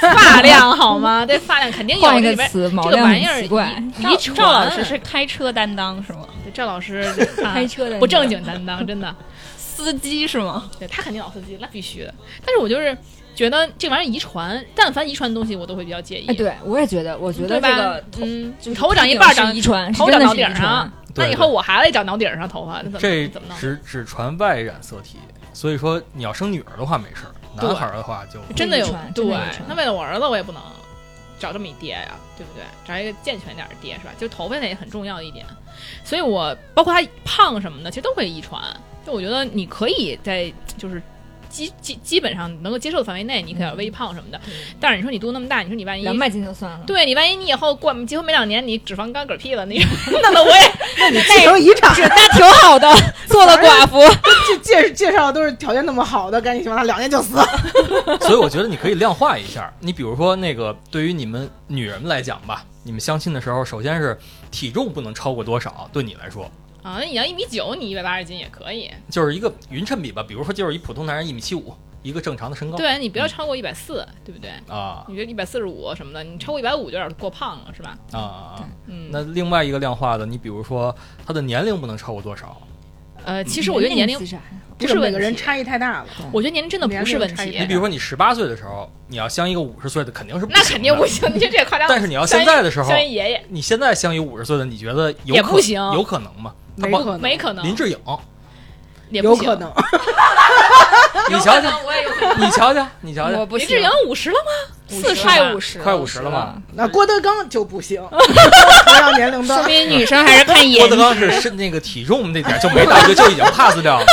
Speaker 2: 发量好吗？对发量肯定有
Speaker 7: 换一
Speaker 2: 这
Speaker 7: 个
Speaker 2: 里边
Speaker 7: 词，毛
Speaker 2: 这个
Speaker 7: 量
Speaker 2: 玩意
Speaker 7: 很
Speaker 2: 儿
Speaker 7: 奇怪。
Speaker 2: 遗
Speaker 6: 赵
Speaker 2: 传
Speaker 6: 赵老师是开车担当是吗？
Speaker 2: 对赵老师 啊
Speaker 7: 开车的
Speaker 2: 不正经担当，真的，
Speaker 6: 司机是吗？
Speaker 2: 对他肯定老司机，那必须的。但是我就是觉得这玩意儿遗传，但凡遗传的东西，我都会比较介意。
Speaker 7: 哎，对我也觉得，我觉得
Speaker 2: 对
Speaker 7: 这
Speaker 2: 吧
Speaker 7: 个头
Speaker 2: 嗯，
Speaker 7: 就是
Speaker 2: 头发长一
Speaker 7: 这个
Speaker 2: 半儿
Speaker 7: 是
Speaker 2: 长
Speaker 7: 遗传，是
Speaker 2: 头
Speaker 7: 真
Speaker 2: 长
Speaker 7: 的
Speaker 2: 到
Speaker 7: 是遗
Speaker 2: 顶上
Speaker 7: 传。，
Speaker 2: 那以后我孩子也长脑顶上头发，那怎么
Speaker 5: 这
Speaker 2: 怎么弄？
Speaker 5: 只只传外染色体，所以说你要生女儿的话没事儿，
Speaker 2: 对
Speaker 5: 男孩儿的话就
Speaker 2: 真的有
Speaker 7: 遗传
Speaker 2: 对
Speaker 7: 真的遗传，
Speaker 2: 那为了我儿子，我也不能找这么一爹呀、对不对？找一个健全点儿的爹是吧？就头发那也很重要一点，所以我包括他胖什么的，其实都会遗传。就我觉得你可以在就是。基基基本上能够接受的范围内，你可以微胖什么的。但是你说你肚子那么大，你说你万一
Speaker 7: 嗯两百斤就算了。
Speaker 2: 对你万一你以后过结婚没两年，你脂肪肝嗝屁了，你 那 那我也
Speaker 4: 继承遗 产，
Speaker 7: 那挺好的，做了寡妇。
Speaker 4: 这介介绍都是条件那么好的，赶紧希望他两年就死。
Speaker 5: 所以我觉得你可以量化一下。你比如说那个，对于你们女人来讲吧，你们相亲的时候，首先是体重不能超过多少，对你来说
Speaker 2: 啊，你要一米九，你一百八十斤也可以。
Speaker 5: 就是一个匀称比吧。比如说，就是一普通男人一米七五，一个正常的身高。嗯
Speaker 2: 对你不要超过一百四，对不对？
Speaker 5: 啊
Speaker 2: 你觉得一百四十五什么的，你超过一百五就有点过胖了，是吧？
Speaker 5: 啊啊！
Speaker 2: 嗯，
Speaker 5: 那另外一个量化的，你比如说他的年龄不能超过多少，
Speaker 2: 呃，其实我 觉得年龄
Speaker 7: 其实还好
Speaker 2: 不
Speaker 4: 这
Speaker 2: 是
Speaker 4: 个
Speaker 2: 问
Speaker 4: 每
Speaker 2: 题，
Speaker 4: 个人差异太大了。
Speaker 2: 我觉得年龄真的不是问
Speaker 4: 年龄差异
Speaker 2: 题
Speaker 4: 太大
Speaker 5: 你比如说你十八岁的时候，你要相一个五十岁的，肯定是不
Speaker 2: 那
Speaker 5: 行
Speaker 2: 肯定
Speaker 5: 的
Speaker 2: 不 行，你这这也夸张。
Speaker 5: 但是你要现在的时候，
Speaker 2: 像一爷爷
Speaker 5: 你现在相一五十岁的，你觉得有
Speaker 2: 也
Speaker 5: 可
Speaker 2: 不行
Speaker 5: 有可能吗？
Speaker 4: 没
Speaker 5: 他帮
Speaker 4: 可能，
Speaker 2: 没可能，
Speaker 5: 林志颖，
Speaker 2: 也不
Speaker 4: 有
Speaker 2: 行
Speaker 4: 可。能，
Speaker 5: 你瞧 瞧，你瞧瞧，你瞧
Speaker 6: 我
Speaker 5: 瞧，
Speaker 6: 不
Speaker 2: 林
Speaker 6: 行
Speaker 2: 志颖五十了吗？四十
Speaker 6: 快
Speaker 2: 五
Speaker 6: 五，十，
Speaker 5: 快五十了吧？
Speaker 4: 那郭德纲就 不行，同样年龄
Speaker 6: 说
Speaker 4: 的，
Speaker 6: 明女生还是看
Speaker 5: 郭
Speaker 6: 颜
Speaker 5: 德
Speaker 6: 值。
Speaker 5: 纲是是那个体重那点儿就没到，就就已经 pass 掉了。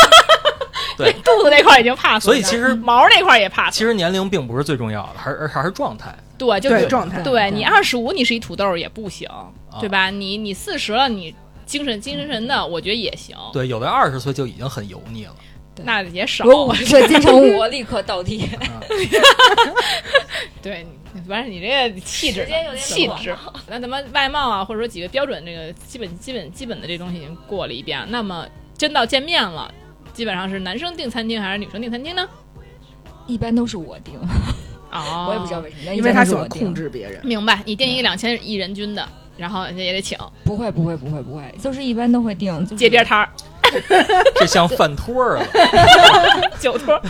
Speaker 5: 对，
Speaker 2: 肚子那块儿已经 pass，
Speaker 5: 所以其实
Speaker 2: 嗯毛那块儿也 pass。
Speaker 5: 其实年龄并不是最重要的，还是而还是状态。
Speaker 2: 对， 就
Speaker 4: 对
Speaker 2: 是
Speaker 4: 状态。
Speaker 2: 对你二十五你是一土豆也不行，
Speaker 5: 啊
Speaker 2: 对吧？你你四十了你。精神精神的，我觉得也行，
Speaker 5: 对，有的二十岁就已经很油腻了。
Speaker 2: 那也少。
Speaker 7: 我五十岁金城 武，立刻倒地。
Speaker 2: 对，你反正你这个气质
Speaker 7: 时间有
Speaker 2: 呢，
Speaker 7: 点
Speaker 2: 气
Speaker 7: 短
Speaker 2: 质，那咱们外貌啊，或者说几个标准，这个基本、基本、基本的这东西已经过了一遍。那么真到见面了，基本上是男生订餐厅还是女生订餐厅呢？
Speaker 7: 一般都是我定，
Speaker 2: 哦，
Speaker 7: 我也不知道。为什么，
Speaker 4: 因为他喜欢
Speaker 7: 定
Speaker 4: 控。制别人。
Speaker 2: 明白，你订一个两千一人均的，然后人家也得请
Speaker 7: 不会不会不会不会，就是一般都会定，就是
Speaker 2: 街边摊儿、
Speaker 5: 这像饭托儿了，
Speaker 2: 酒托儿。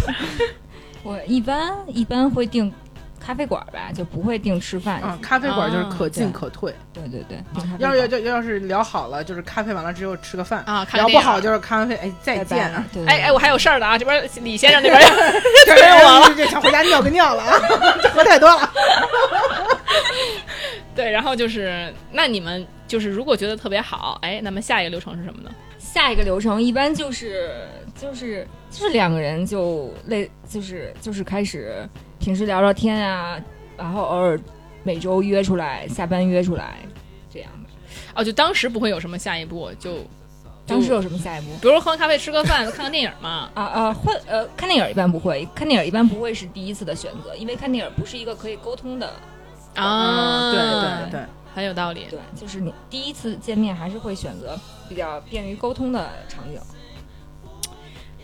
Speaker 7: 我一般一般会定咖啡馆儿吧，就不会订吃饭。
Speaker 4: 嗯，咖啡馆就是可进
Speaker 7: 啊
Speaker 4: 可退。
Speaker 7: 对对对，订咖啡
Speaker 4: 要是
Speaker 7: 馆
Speaker 4: 要要是聊好了，就是咖啡完了之后吃个饭
Speaker 2: 啊看个
Speaker 4: 聊不
Speaker 2: 电影
Speaker 4: 好就是咖啡，哎，再
Speaker 7: 拜
Speaker 4: 见
Speaker 7: 拜
Speaker 4: 啊！
Speaker 7: 对，
Speaker 2: 哎哎，我还有事儿呢啊！这边李先生那边
Speaker 4: 对
Speaker 2: 催我了，
Speaker 4: 这想回家尿个尿了啊， 这喝太多了。
Speaker 2: 对，然后就是那你们就是如果觉得特别好，哎，那么下一个流程是什么呢？
Speaker 7: 下一个流程一般就是就是就是两个人就类就是就是开始平时聊聊天啊，然后偶尔每周约出来，下班约出来，这样吧。
Speaker 2: 哦，就当时不会有什么下一步，就
Speaker 7: 当时有什么下一步？
Speaker 2: 比如说喝完咖啡吃个饭，看个电影嘛。
Speaker 7: 啊啊，会呃，看电影一般不会，看电影一般不会是第一次的选择，因为看电影不是一个可以沟通的，
Speaker 2: 啊，
Speaker 4: 对对对，
Speaker 2: 很有道理。
Speaker 7: 对，就是你第一次见面还是会选择比较便于沟通的场景。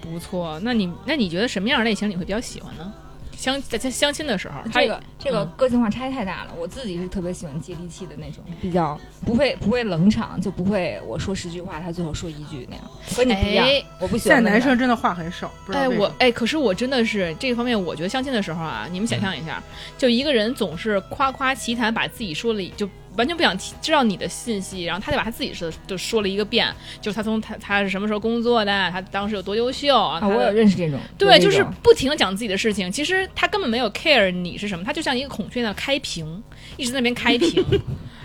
Speaker 2: 不错，那你那你觉得什么样的类型你会比较喜欢呢？相在在相亲的时候，
Speaker 7: 这
Speaker 2: 还
Speaker 7: 个这个
Speaker 2: 嗯
Speaker 7: 个性化差异太大了，我自己是特别喜欢接地气的那种，比较不会不会冷场，就不会我说十句话，他最后说一句那样，和你不一样，
Speaker 2: 哎
Speaker 7: 我不喜
Speaker 4: 现在
Speaker 7: 欢那
Speaker 4: 男
Speaker 7: 种
Speaker 4: 生真的话很少，不知道
Speaker 2: 哎
Speaker 4: 为什
Speaker 2: 我
Speaker 4: 么
Speaker 2: 哎，可是我真的是这方面，我觉得相亲的时候啊，你们想象一下，
Speaker 7: 嗯
Speaker 2: 就一个人总是夸夸其谈，把自己说了一就。完全不想提知道你的信息，然后他就把他自己说就说了一个遍，就是他从他他是什么时候工作的，他当时有多优秀啊，
Speaker 7: 啊，
Speaker 2: 他
Speaker 7: 我有
Speaker 2: 的
Speaker 7: 认识这种，有
Speaker 2: 对，
Speaker 7: 这
Speaker 2: 就是
Speaker 7: 种
Speaker 2: 不停的讲自己的事情，其实他根本没有 care 你是什么，他就像一个孔雀那样开屏，一直在那边开屏，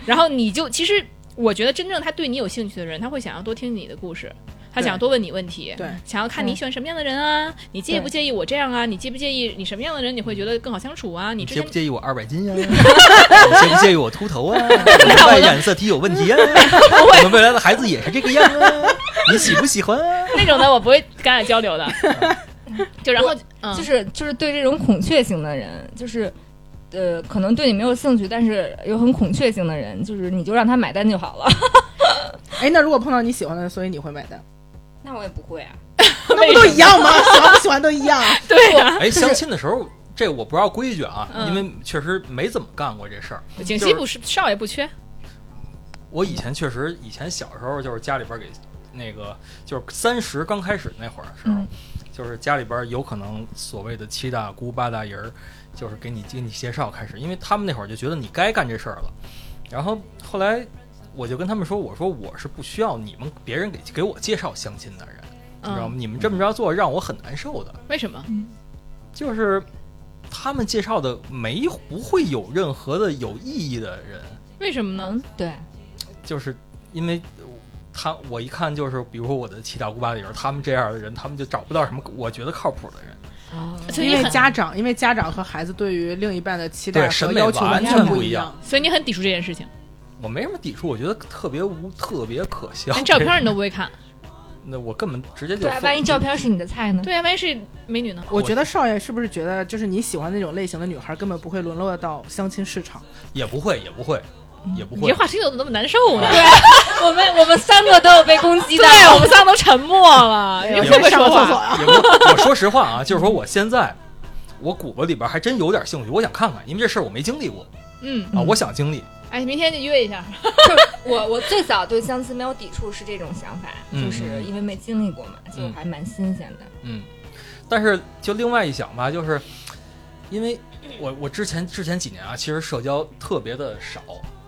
Speaker 2: 然后你就其实我觉得真正他对你有兴趣的人，他会想要多听你的故事，他想要
Speaker 4: 对
Speaker 2: 多问你问题，
Speaker 4: 对
Speaker 2: 想要看你喜欢什么样的人啊，你介不介意我这样啊，你介不介意你什么样的人你会觉得更好相处啊，你
Speaker 5: 你
Speaker 2: 之
Speaker 5: 介不
Speaker 2: 前
Speaker 5: 介意我二 百斤呀？你介不介意我秃头啊？你的外染色体有问题 啊？我们未来的孩子也是这个样啊？你喜不喜 欢啊？
Speaker 2: 那种的我不会跟他交流的，就然后嗯
Speaker 7: 就是就是对这种孔雀型的人，就是呃，可能对你没有兴趣，但是有很孔雀型的人，就是你就让他买单就好了。
Speaker 4: 哎，那如果碰到你喜欢的，所以你会买 单，
Speaker 7: 那我也不会啊，
Speaker 4: 那不都一样吗？喜欢不喜欢都一样。
Speaker 2: 对啊，
Speaker 5: 哎，相亲的时候这我不知道规矩啊，
Speaker 2: 嗯
Speaker 5: 因为确实没怎么干过这事儿。
Speaker 2: 景
Speaker 5: 就
Speaker 2: 熙
Speaker 5: 是
Speaker 2: 不是少爷不缺，
Speaker 5: 我以前确实，以前小时候就是家里边给那个，就是三十刚开始那会儿的时候，
Speaker 7: 嗯
Speaker 5: 就是家里边有可能所谓的七大姑八大姨儿，就是给你给你介绍开始，因为他们那会儿就觉得你该干这事儿了。然后后来我就跟他们说，我说我是不需要你们别人给给我介绍相亲的人，你知道吗
Speaker 2: 嗯，？
Speaker 5: 你们这么着做让我很难受的，
Speaker 2: 为什么？
Speaker 5: 就是他们介绍的没不会有任何的有意义的人。
Speaker 2: 为什么呢？
Speaker 7: 嗯，对，
Speaker 5: 就是因为他我一看就是，比如说我的七大姑八大姨儿，他们这样的人，他们就找不到什么我觉得靠谱的人，
Speaker 7: 哦
Speaker 2: 所以
Speaker 4: 因
Speaker 2: 你
Speaker 4: 为
Speaker 2: 很
Speaker 4: 家长，因为家长和孩子对于另一半的期待
Speaker 5: 对
Speaker 4: 和
Speaker 5: 审美
Speaker 4: 要求
Speaker 5: 完
Speaker 4: 全
Speaker 7: 全
Speaker 4: 不
Speaker 5: 不一样。
Speaker 2: 所以你很抵触这件事情，
Speaker 5: 我没什么抵触，我觉得特别无特别可笑。
Speaker 2: 连照片你都不会看。
Speaker 5: 那我根本直接就
Speaker 7: 对啊，万一照片是你的菜呢？
Speaker 2: 对啊，万一是美女呢？
Speaker 4: 我觉得少爷是不是觉得，就是你喜欢那种类型的女孩，根本不会沦落到相亲市场？
Speaker 5: 也不会也不会也不
Speaker 2: 嗯你
Speaker 5: 会
Speaker 2: 这，话听着怎么那么难受呢？
Speaker 7: 我们我们三个都有被攻击
Speaker 2: 对啊我们仨都沉默了，你们
Speaker 5: 也
Speaker 2: 会不哎会
Speaker 4: 上
Speaker 2: 说
Speaker 4: 个厕
Speaker 2: 话
Speaker 4: 所？啊！
Speaker 5: 也不会我说实话啊，就是说我现在。我骨子里边还真有点兴趣，我想看看，因为这事儿我没经历过
Speaker 2: 嗯，
Speaker 5: 啊，我想经历。
Speaker 2: 哎，明天就约一下。
Speaker 7: 我我最早对相亲没有抵触是这种想法，
Speaker 5: 嗯
Speaker 7: 就是因为没经历过嘛，就
Speaker 5: 嗯
Speaker 7: 还蛮新鲜的。
Speaker 5: 嗯，但是就另外一想吧，就是因为我我之前之前几年啊，其实社交特别的少，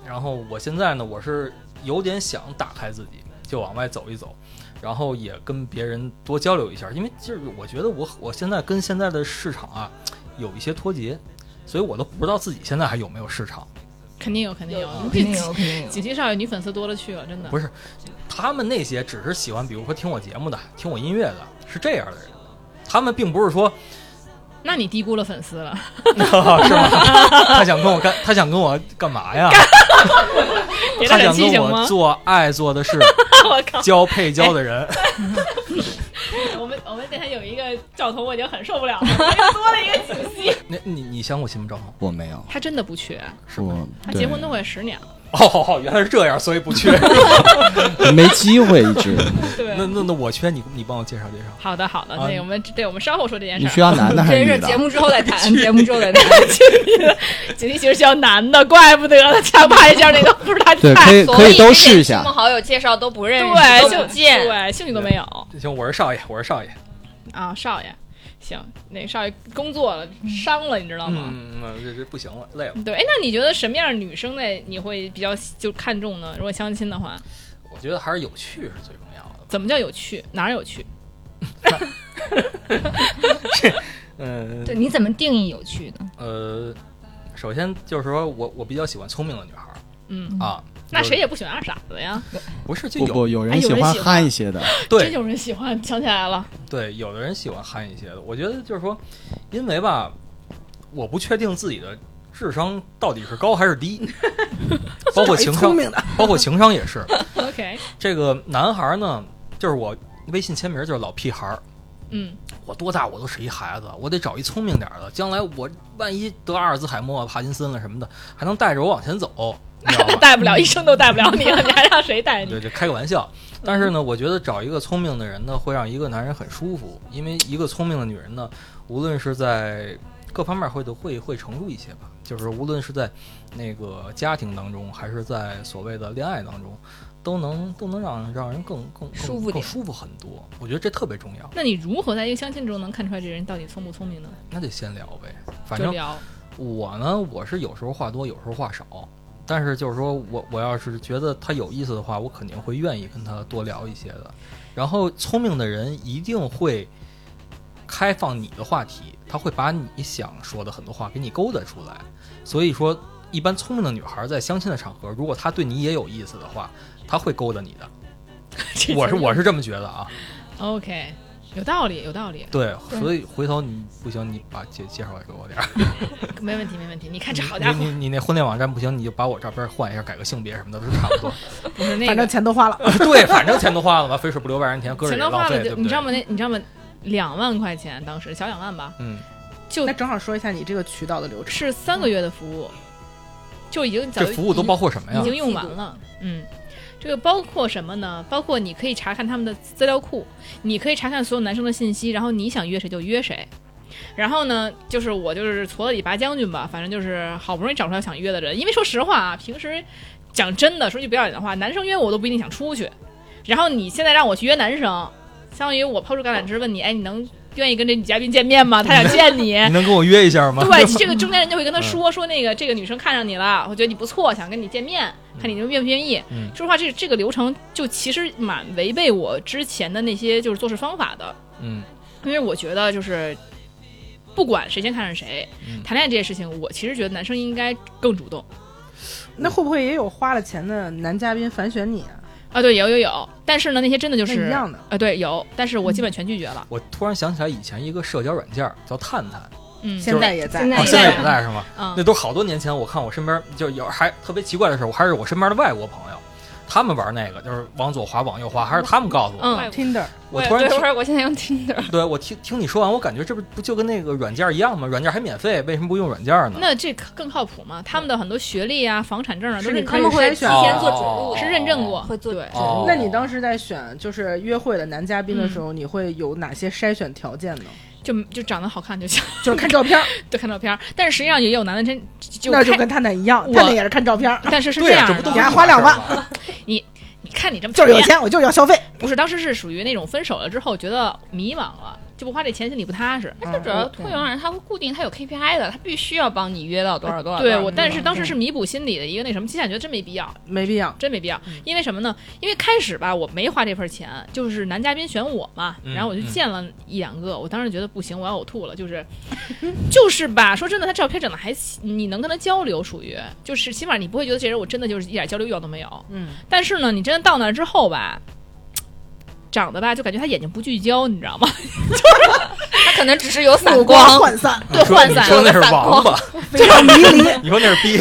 Speaker 5: 然后我现在呢，我是有点想打开自己，就往外走一走，然后也跟别人多交流一下，因为就是我觉得我我现在跟现在的市场啊有一些脱节，所以我都不知道自己现在还有没有市场。
Speaker 2: 肯定有，肯定有。
Speaker 7: 肯定有，肯定 有。
Speaker 2: 锦溪少爷女粉丝多了去了，真的
Speaker 5: 不。是，他们那些只是喜欢，比如说听我节目的、听我音乐的，是这样的人，他们并不是说
Speaker 2: 那你低估了粉丝了。
Speaker 5: 是吗？他想跟我干，他想跟我干嘛 呀？
Speaker 2: 别
Speaker 5: 他
Speaker 2: 太人
Speaker 5: 想
Speaker 2: 气
Speaker 5: 跟
Speaker 2: 行
Speaker 5: 我
Speaker 2: 吗？
Speaker 5: 做爱做的事，
Speaker 2: 我靠！
Speaker 5: 交配交的人。
Speaker 2: 哎我们我们电台有一个教头，我已经很受不了了，又多了一个锦溪。
Speaker 5: 那你你相过亲吗？正好
Speaker 3: 我没有，
Speaker 2: 他真的不缺，
Speaker 3: 我
Speaker 2: 他
Speaker 3: 对
Speaker 2: 结婚都快十年了。
Speaker 5: 哦，原来是这样，所以不 缺。
Speaker 3: 没机会一直。
Speaker 2: 对
Speaker 5: 那那那我缺你，你帮我介绍介绍。
Speaker 2: 好的好的，
Speaker 5: 啊
Speaker 2: 那个我们对我们稍后说这件
Speaker 3: 你需
Speaker 2: 事儿。
Speaker 3: 要男的还
Speaker 7: 这
Speaker 3: 是
Speaker 7: 是
Speaker 3: 女
Speaker 7: 节
Speaker 3: 的？
Speaker 7: 目之后再谈，节目之后再谈。
Speaker 2: 锦 溪其实需要男的，怪不得他强拍一下那个不是他
Speaker 3: 对，可
Speaker 2: 菜。
Speaker 3: 以可以都试一
Speaker 6: 亲
Speaker 3: 下
Speaker 6: 朋。好友介绍都不
Speaker 2: 嗯
Speaker 6: 认识，
Speaker 2: 对，
Speaker 6: 都
Speaker 2: 就
Speaker 6: 不见。
Speaker 2: 对，兴趣都没有
Speaker 5: 行，我是少爷，我是少爷。
Speaker 2: 啊，少爷。行，那少爷工作了，伤了，你知道吗？
Speaker 5: 嗯，嗯这这不行了，累了。
Speaker 2: 对，哎，那你觉得什么样的女生在你会比较就看重呢？如果相亲的话，
Speaker 5: 我觉得还是有趣是最重要的。
Speaker 2: 怎么叫有趣？哪儿有趣？
Speaker 5: 嗯
Speaker 7: 对，你怎么定义有趣呢？
Speaker 5: 呃，首先就是说我我比较喜欢聪明的女孩儿
Speaker 2: 嗯，
Speaker 5: 啊，
Speaker 2: 那
Speaker 5: 就是
Speaker 2: 谁也不喜欢二傻子呀，
Speaker 5: 不是就
Speaker 3: 不
Speaker 5: 有
Speaker 3: 不，有
Speaker 2: 哎
Speaker 3: 人
Speaker 2: 有
Speaker 3: 喜
Speaker 2: 人
Speaker 3: 欢
Speaker 2: 喜欢
Speaker 3: 憨一些的，
Speaker 2: 真
Speaker 5: 对
Speaker 2: 有人喜欢。想起来了，
Speaker 5: 对，有的人喜欢憨一些的。我觉得就是说，因为吧，我不确定自己的智商到底是高还是低，包
Speaker 4: 哎
Speaker 5: 括情商，包括情商也是。
Speaker 2: OK，
Speaker 5: 这个男孩儿呢，就是我微信签名就是老屁孩儿。
Speaker 2: 嗯，
Speaker 5: 我多大我都是一孩子，我得找一聪明点儿的，将来我万一得阿尔兹海默、帕金森了什么的，还能带着我往前走，你知道吧？
Speaker 2: 带不了，一生都带不了你了，你还让谁带你
Speaker 5: 对，？这开个玩笑。但是呢，我觉得找一个聪明的人呢，会让一个男人很舒服，因为一个聪明的女人呢，无论是在各方面会都会会成熟一些吧，就是无论是在那个家庭当中，还是在所谓的恋爱当中，都能都能让让人更更更
Speaker 7: 舒服
Speaker 5: 更
Speaker 7: 点
Speaker 5: 舒服很多。我觉得这特别重要，
Speaker 2: 那你如何在一个相亲中能看出来这人到底聪不聪明呢？
Speaker 5: 那得先聊呗，反
Speaker 2: 就
Speaker 5: 正
Speaker 2: 聊，
Speaker 5: 我呢，我是有时候话多，有时候话少，但是就是说我我要是觉得他有意思的话，我肯定会愿意跟他多聊一些的。然后聪明的人一定会开放你的话题，他会把你想说的很多话给你勾搭出来。所以说，一般聪明的女孩在相亲的场合，如果她对你也有意思的话，她会勾搭你的。我是我是这么觉得啊，
Speaker 2: OK，有道理，有道理，
Speaker 5: 对，
Speaker 7: 对
Speaker 5: 所以回头你不行，你把介介绍给我点儿。
Speaker 2: 没问题，没问题。你看这好
Speaker 5: 你
Speaker 2: 家
Speaker 5: 你
Speaker 2: 伙，
Speaker 5: 你那婚恋网站不行，你就把我照片换一下，改个性别什么的，都是差不多。 呃
Speaker 2: 不是那
Speaker 4: 反
Speaker 2: 个
Speaker 4: 正钱都花了。
Speaker 5: 对，反正钱都花了嘛，肥水不流外人田，搁
Speaker 2: 钱
Speaker 5: 着也
Speaker 2: 都
Speaker 5: 浪
Speaker 2: 花
Speaker 5: 费，
Speaker 2: 了，
Speaker 5: 对
Speaker 2: 就
Speaker 5: 不对？
Speaker 2: 你知道吗？那你知道吗？两万块钱，当时小两万吧，
Speaker 5: 嗯，
Speaker 2: 就
Speaker 4: 那正好说一下你这个渠道的流程。
Speaker 2: 是三个月的服务，就已经早
Speaker 5: 这
Speaker 2: 就
Speaker 5: 服务都包括什么
Speaker 2: 已
Speaker 5: 呀？
Speaker 2: 经用完了。嗯，这个包括什么呢？包括你可以查看他们的资料库，你可以查看所有男生的信息，然后你想约谁就约谁。然后呢，就是我就是矬子里拔将军吧，反正就是好不容易找出来想约的人。因为说实话啊，平时讲真的，说句不要脸的话，男生约我都不一定想出去。然后你现在让我去约男生，相当于我抛出橄榄枝问你，哎，你能愿意跟这女嘉宾见面吗？他想见你，
Speaker 5: 你能跟我约一下吗？嗯
Speaker 2: 对， 这个中间人就会跟他说说那个这个女生看上你了，我觉得你不错，想跟你见面，看你能愿不愿意。
Speaker 5: 嗯
Speaker 2: 说实话，这这个流程就其实蛮违背我之前的那些就是做事方法的，
Speaker 5: 嗯，
Speaker 2: 因为我觉得就是不管谁先看上谁，
Speaker 5: 嗯
Speaker 2: 谈恋爱这件事情，我其实觉得男生应该更主动
Speaker 4: 那会不会也有花了钱的男嘉宾反选你啊？
Speaker 2: 啊。对，有有有，但是呢，那些真的就是
Speaker 4: 那一样的嗯
Speaker 2: 啊，对，有，但是我基本全拒绝了。
Speaker 5: 我突然想起来以前一个社交软件儿叫探探，
Speaker 2: 嗯，
Speaker 4: 现在也在，
Speaker 7: 现在
Speaker 5: 哦，
Speaker 7: 也
Speaker 5: 现在也在是吗？
Speaker 2: 嗯
Speaker 5: 那都是好多年前，我看我身边就有还特别奇怪的事儿，我还是我身边的外国朋友，他们玩那个就是往左滑往右滑，还是他们告诉我。
Speaker 2: 嗯
Speaker 6: 外国
Speaker 4: Tinder
Speaker 5: 我突然
Speaker 6: 对，
Speaker 5: 听
Speaker 6: 我说我现在用 Tinder，
Speaker 5: 对我听听你说完，我感觉这不不就跟那个软件儿一样吗？软件儿还免费，为什么不用软件儿呢？
Speaker 2: 那这更靠谱吗？他们的很多学历啊、房产证啊，都
Speaker 4: 是你
Speaker 2: 认
Speaker 4: 可
Speaker 2: 他
Speaker 4: 以
Speaker 2: 们
Speaker 4: 筛
Speaker 2: 会
Speaker 4: 选啊
Speaker 5: 哦
Speaker 6: 提前做准入
Speaker 2: 是认证过，
Speaker 7: 会做
Speaker 2: 对。
Speaker 5: 哦
Speaker 4: 那你当时在选就是约会的男嘉宾的时候，你会有哪些筛选条件呢？
Speaker 2: 就就长得好看就行，
Speaker 4: 就是看照片儿，
Speaker 2: 对，看照片儿。但是实际上也有男的真就
Speaker 4: 那就
Speaker 2: 看
Speaker 4: 跟啊探探一样，
Speaker 2: 我
Speaker 4: 探探也是看照片儿，
Speaker 2: 但是是
Speaker 5: 对呀、
Speaker 2: 样
Speaker 5: 这不
Speaker 2: 的，
Speaker 5: 都
Speaker 4: 你还花两万
Speaker 5: 万？
Speaker 2: 你看你这么
Speaker 4: 就是有
Speaker 2: 讨厌
Speaker 4: 钱，我就是要消费。
Speaker 2: 不是当时是属于那种分手了之后觉得迷茫了，就不花这钱心里不踏实。
Speaker 6: 它最主要
Speaker 4: 嗯
Speaker 6: 会有让人他会固定，他有 KPI 的，他必须要帮你约到多少多少。
Speaker 2: 对
Speaker 6: 多少
Speaker 2: 我，
Speaker 6: 多少
Speaker 2: 但是当时是弥补心里的一个那什么，其实感觉真没必要，
Speaker 4: 嗯没必要，
Speaker 2: 真没必要。因为什么呢？因为开始吧，我没花这份钱，就是男嘉宾选我嘛，
Speaker 5: 嗯
Speaker 2: 然后我就
Speaker 5: 嗯
Speaker 2: 见了一两个，我当时觉得不行，我要呕吐了，就是 就是吧，说真的，他照片整的还行，你能跟他交流，属于就是起码你不会觉得这人我真的就是一点交流欲望都没有。
Speaker 4: 嗯，
Speaker 2: 但是呢，你真的到那儿之后吧。长得吧，就感觉他眼睛不聚焦，你知道吗？
Speaker 6: 他可能只是有散
Speaker 4: 五
Speaker 6: 光
Speaker 4: 光，涣散，
Speaker 2: 对，涣
Speaker 5: 你
Speaker 2: 散，
Speaker 5: 说那是王八，
Speaker 4: 非常迷离。
Speaker 5: 你说 那是鳖。